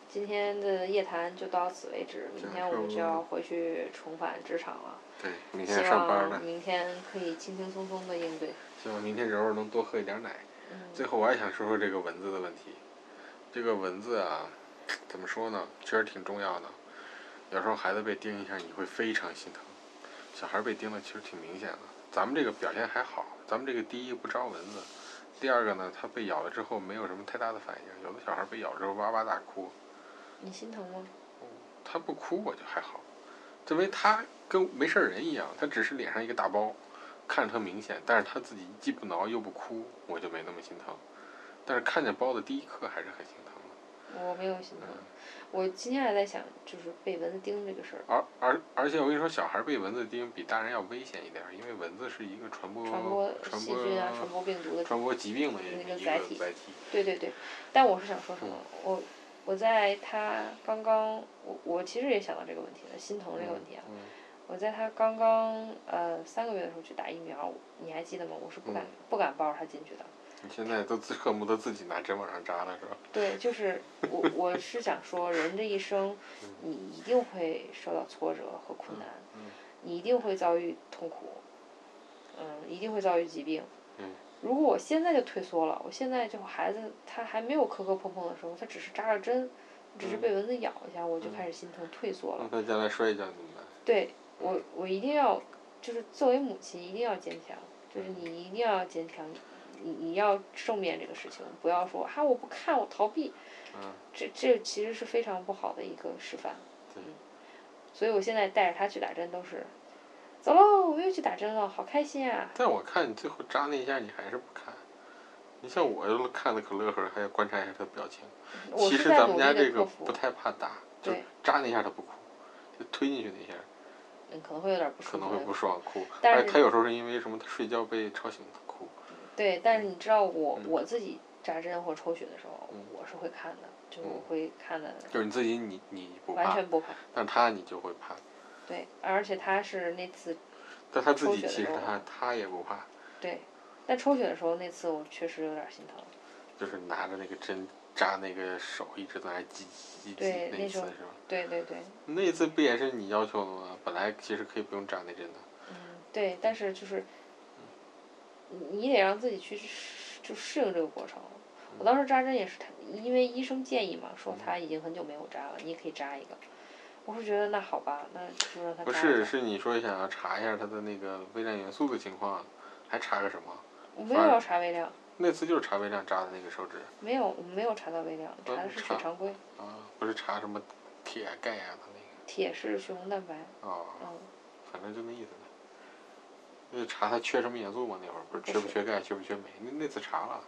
S3: 今天的夜谈就到此为止，
S1: 这
S3: 明
S1: 样
S3: 天我
S1: 差
S3: 们
S1: 不
S3: 就
S1: 多
S3: 要
S1: 了
S3: 回去重返职场了。
S1: 对，明天
S3: 希
S1: 上班
S3: 望
S1: 了，
S3: 明天可以轻轻松松的应对。
S1: 希望明天柔柔能多喝一点奶。最
S3: 嗯，
S1: 后我还想说说这个文字的问题。这个文字啊，怎么说呢？确实挺重要的。有时候孩子被叮一下，你会非常心疼。小孩被叮了，其实挺明显的。咱们这个表现还好，咱们这个第一不招蚊子，第二个呢，他被咬了之后没有什么太大的反应。有的小孩被咬之后哇哇大哭，
S3: 你心疼吗？
S1: 他不哭我就还好，因为他跟没事儿人一样，他只是脸上一个大包，看着特明显，但是他自己既不挠又不哭，我就没那么心疼。但是看见包的第一刻还是很心疼的，
S3: 我没有心疼
S1: 嗯。
S3: 我今天还在想，就是被蚊子叮这个事儿，
S1: 而而而且我跟你说，小孩被蚊子叮比大人要危险一点儿，因为蚊子是一个传播
S3: 传播
S1: 哦传
S3: 细
S1: 播
S3: 菌啊，传播病毒的
S1: 传播疾病的一
S3: 那
S1: 个
S3: 个
S1: 一
S3: 载
S1: 个
S3: 体
S1: 载体。
S3: 对对对，但我是想说什么？
S1: 嗯
S3: 我我在他刚刚，我我其实也想到这个问题了，心疼这个问题啊。
S1: 嗯
S3: 我在他刚刚呃三个月的时候去打疫苗，你还记得吗？我是不敢、
S1: 嗯
S3: 不敢抱着他进去的。
S1: 你现在都自恨不得自己拿针往上扎了是吧？
S3: 对，就是我我是想说，人这一生，你一定会受到挫折和困难，
S1: 嗯
S3: 你一定会遭遇痛苦，嗯，一定会遭遇疾病。
S1: 嗯
S3: 如果我现在就退缩了，我现在就孩子他还没有磕磕碰碰的时候，他只是扎着针，只是被
S1: 嗯
S3: 蚊子咬一下，我就开始心疼退缩了。
S1: 那他将来摔一跤怎么办？
S3: 对我，我一定要，就是作为母亲一定要坚强，就是
S1: 嗯
S3: 你一定要坚强，你你要正面这个事情，不要说啊哈我不看我逃避，
S1: 嗯
S3: 这这其实是非常不好的一个示范。
S1: 对
S3: 嗯，所以我现在带着他去打针都是，走喽，我又去打针了，好开心啊！
S1: 但我看你最后扎那一下，你还是不看。你像我就看的可乐呵，还要观察一下他的表情。
S3: 我
S1: 其
S3: 是
S1: 实
S3: 在
S1: 咱们
S3: 努力
S1: 家
S3: 的
S1: 这个
S3: 克服
S1: 不，太怕打，就
S3: 对
S1: 扎那一下他不哭，就推进去那一下
S3: 嗯，可能会有点不舒
S1: 可
S3: 服
S1: 能会不
S3: 的。
S1: 爽哭。
S3: 但
S1: 而
S3: 是
S1: 且他有时候是因为什么，他睡觉被吵醒他哭。
S3: 对，但是你知道我
S1: 嗯
S3: 我自己扎针或抽血的时候
S1: 嗯，
S3: 我是会看的，就
S1: 嗯
S3: 我会看的
S1: 就是你自己你你不
S3: 完
S1: 怕，
S3: 全不怕。
S1: 但是他你就会怕。
S3: 对，而且他是那次
S1: 但他自
S3: 抽
S1: 己
S3: 血的
S1: 其实
S3: 时候
S1: 他他也不怕，
S3: 对，但抽血的时候那次我确实有点心疼。
S1: 就是拿着那个针扎那个手一直在那挤挤挤
S3: 对
S1: 那
S3: 那
S1: 一次
S3: 时候
S1: 是吧？
S3: 对对对，
S1: 那一次不也是你要求的吗？本来其实可以不用扎那针的。
S3: 嗯，对，但是就是你你得让自己去适就适应这个过程。我当时扎针也是他，因为医生建议嘛，说他已经很久没有扎了，你也可以扎一个。我是觉得那好吧，那就让他扎
S1: 不
S3: 吧。
S1: 是，是你说想要查一下它的那个微量元素的情况，还查个什么？
S3: 我没有要查微量，
S1: 那次就是查微量扎的那个手指
S3: 没有，我没有查到微量，查的是
S1: 嗯
S3: 血
S1: 查
S3: 常规，
S1: 啊，不是查什么铁啊、钙啊的那
S3: 铁是血红蛋白，
S1: 个啊，
S3: 嗯，
S1: 反正就那意思呗。就是查它缺什么元素嘛，那会儿不是缺不缺钙、缺不缺镁？那那次查了，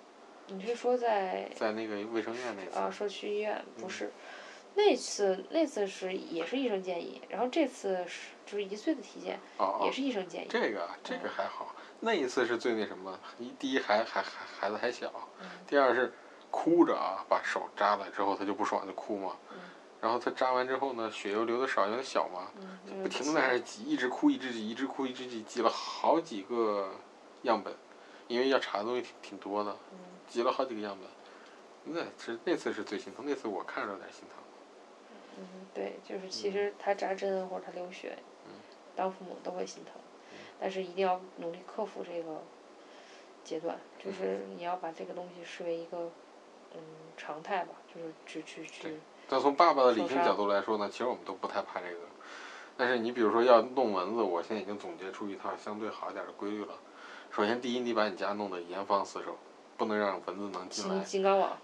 S3: 你是说在
S1: 在那个卫生院那次。
S3: 啊，社区医院不
S1: 嗯
S3: 是，那次那次是也是医生建议，然后这次是就是一岁的体检
S1: 哦哦
S3: 也，是医生建议，
S1: 这个啊这个还好，那一次是最那什么，一第一孩孩孩孩子还小，
S3: 嗯
S1: 第二是哭着啊，把手扎了之后他就不爽就哭嘛，
S3: 嗯
S1: 然后他扎完之后呢，血又流的少，因为他小嘛，
S3: 嗯，
S1: 就
S3: 就是
S1: 不停的在那儿挤，一直哭，一直挤，一直哭，一直挤，挤了好几个样本，因为要查的东西挺挺多的，
S3: 嗯
S1: 挤了好几个样本。那是那次是最心疼，那次我看着有点心疼。
S3: 嗯，对，就是其
S1: 嗯
S3: 实他扎针或者他流血
S1: 嗯，
S3: 当父母都会心疼，但是一定要努力克服这个阶段，
S1: 嗯
S3: 就是你要把这个东西视为一个嗯常态吧，就是去去去
S1: 对，但从爸爸的理
S3: 受
S1: 性
S3: 伤
S1: 角度来说呢，其实我们都不太怕这个。但是你比如说要弄蚊子，我现在已经总结出一套相对好一点的规律了。首先，第一，你把你家弄得严防死守，不能让蚊子能进
S3: 金
S1: 来。
S3: 金刚网，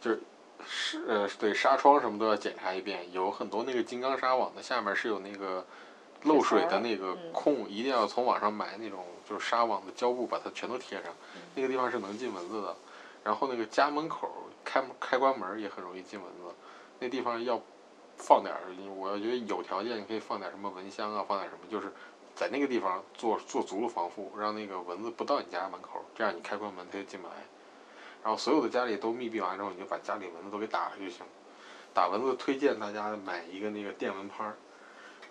S1: 是呃，对，纱窗什么都要检查一遍。有很多那个金刚纱网的下面是有那个漏水的那个
S3: 嗯
S1: 空，一定要从网上买那种就是纱网的胶布，把它全都贴上
S3: 嗯。
S1: 那个地方是能进蚊子的。然后那个家门口开门开关门也很容易进蚊子，那地方要放点儿，我觉得有条件你可以放点儿什么蚊香啊，放点儿什么，就是在那个地方做做足了防护，让那个蚊子不到你家门口，这样你开关门它就进不来。然后所有的家里都密闭完之后，你就把家里蚊子都给打了就行。打蚊子推荐大家买一个那个电蚊拍儿，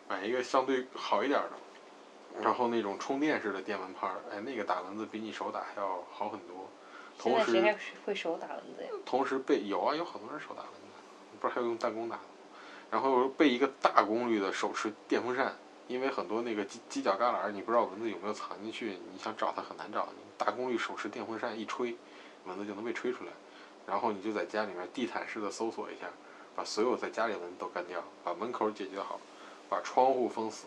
S1: 买一个相对好一点儿的，然后那种充电式的电蚊拍儿，哎，那个打蚊子比你手打还要好很多。
S3: 现
S1: 同
S3: 在
S1: 时
S3: 谁还会手打蚊子呀？
S1: 同时被有啊，有很多人手打蚊子，不是还有用弹弓打的，然后被一个大功率的手持电风扇，因为很多那个犄犄角旮旯儿，你不知道蚊子有没有藏进去，你想找它很难找。你大功率手持电风扇一吹，蚊子就能被吹出来，然后你就在家里面地毯式的搜索一下，把所有在家里的蚊子都干掉，把门口解决好，把窗户封死，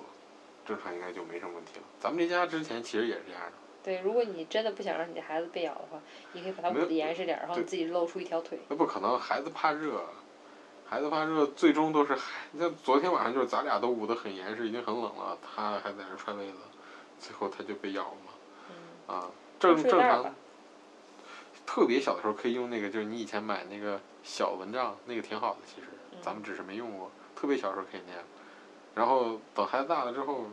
S1: 正常应该就没什么问题了。咱们这家之前其实也是这样的。
S3: 对，如果你真的不想让你的孩子被咬的话，你可以把它捂
S1: 没有
S3: 得严实点儿，然后
S1: 对
S3: 你自己露出一条腿。
S1: 那不可能，孩子怕热，孩子怕热，最终都是孩。像昨天晚上就是咱俩都捂得很严实，已经很冷了，他还在那穿被子，最后他就被咬了嘛。
S3: 嗯，
S1: 啊，
S3: 用
S1: 正
S3: 睡
S1: 正
S3: 袋儿
S1: 常
S3: 吧，。
S1: 特别小的时候可以用那个，就是你以前买那个小蚊帐，那个挺好的，其实
S3: 嗯
S1: 咱们只是没用过。特别小时候可以那样，然后等孩子大了之后，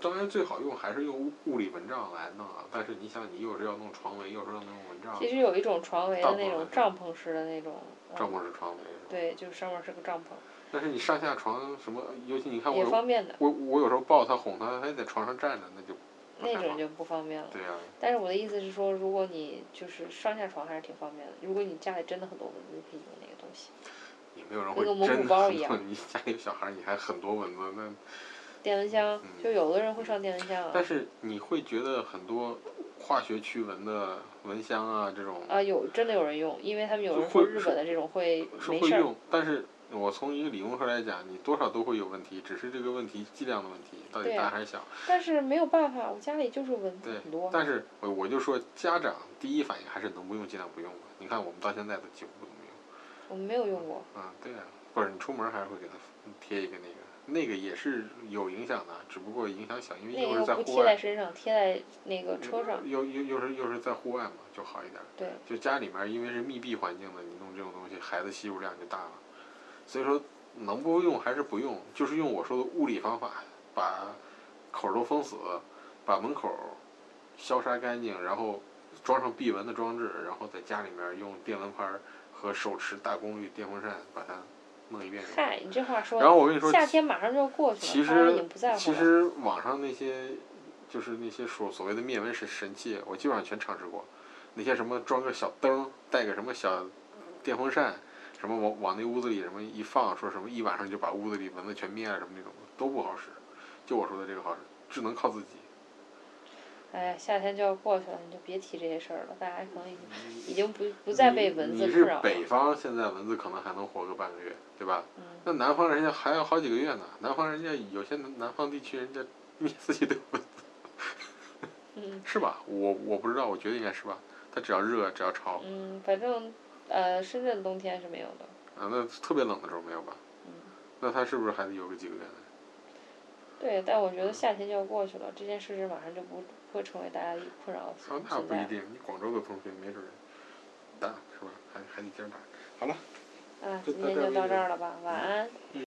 S1: 当然最好用还是用物物理蚊帐来弄啊。但是你想，你又是要弄床围，又是要弄蚊帐
S3: 其，实有一种床围的
S1: 帐
S3: 那
S1: 篷
S3: 种
S1: 还是
S3: 帐篷式的那种，嗯
S1: 帐篷是床围，是吧？
S3: 对，就是上面是个帐篷，
S1: 但是你上下床什么，尤其你看我
S3: 也
S1: 有
S3: 方便的，
S1: 我我有时候抱他哄他，他还在床上站着，那就不
S3: 那
S1: 太
S3: 种
S1: 好
S3: 就不方便了。
S1: 对啊呀、
S3: 但是我的意思是说，如果你就是上下床还是挺方便的。如果你家里真的很多蚊子，你可以用那个东西，
S1: 也没有人
S3: 那
S1: 会
S3: 个蒙
S1: 真
S3: 古
S1: 的
S3: 包
S1: 很多。
S3: 一样
S1: 你家里有小孩儿，你还很多蚊子，那
S3: 电蚊香，
S1: 嗯
S3: 就有的人会上电蚊香啊
S1: 但。是你会觉得很多化学驱蚊的蚊香啊这种，
S3: 啊，有真的有人用，因为他们有
S1: 就
S3: 人说
S1: 会
S3: 日
S1: 是
S3: 本的这种会
S1: 是
S3: 没
S1: 会
S3: 事儿，
S1: 用，但是我从一个理论上来讲，你多少都会有问题，只是这个问题剂量的问题，到底
S3: 对啊
S1: 大还是小。
S3: 但是没有办法，我家里就是蚊子
S1: 对
S3: 很多，
S1: 但是我我就说家长第一反应还是能不用尽量不用吧。你看我们到现在都几乎不怎么用。
S3: 我们没有用过，
S1: 啊，对啊，不是你出门还是会给他贴一个那个，那个也是有影响的，啊只不过影响小，因为
S3: 那
S1: 又
S3: 个
S1: 是
S3: 又
S1: 在
S3: 不
S1: 户
S3: 贴在
S1: 外，嗯
S3: 身上，贴在那个车上，
S1: 又又又是又是在户外嘛，就好一点。
S3: 对，
S1: 就家里面因为是密闭环境的，你弄这种东西，孩子吸入量就大了。所以说，能不用还是不用，就是用我说的物理方法，把口儿都封死，把门口儿消杀干净，然后装上闭蚊的装置，然后在家里面用电蚊拍儿和手持大功率电风扇把它弄一遍就好。
S3: 嗨，你这话说
S1: 然后我跟你说，
S3: 夏天马上就要过去了，
S1: 其
S3: 大家已经
S1: 实
S3: 啊不在乎
S1: 其
S3: 了。
S1: 实网上那些就是那些所所谓的灭蚊神神器，我基本上全尝试过。那些什么装个小灯儿，带个什么小电风扇，什么往往那屋子里什么一放，说什么一晚上就把屋子里蚊子全灭了什么那种都不好使。就我说的这个好使，只能靠自己。
S3: 哎呀，夏天就要过去了，你就别提这些事儿了。大家可能已经已经不不再被蚊子
S1: 你
S3: 困
S1: 是
S3: 扰了。
S1: 北方，现在蚊子可能还能活个半个月，对吧？
S3: 嗯，
S1: 那南方人家还要好几个月呢。南方人家有些南南方地区人家灭自己的蚊子。
S3: 嗯
S1: 是吧？我我不知道，我觉得应该是吧。它只要热，只要潮，啊，
S3: 嗯，反正呃，深圳冬天是没有的。
S1: 啊那特别冷的时候没有吧？
S3: 嗯，
S1: 那它是不是还得有个几个月呢？
S3: 对，但我觉得夏天就要过去了，这件事情马上就不不会成为大家一困扰的
S1: 啊
S3: 存，
S1: 那不一
S3: 在。
S1: 定。你广州的同学没准儿大是吧？还还得接着打。好了。
S3: 啊，
S1: 就
S3: 今
S1: 大
S3: 天
S1: 概
S3: 就
S1: 为
S3: 到
S1: 这
S3: 这
S1: 样嗯
S3: 儿了吧，晚安。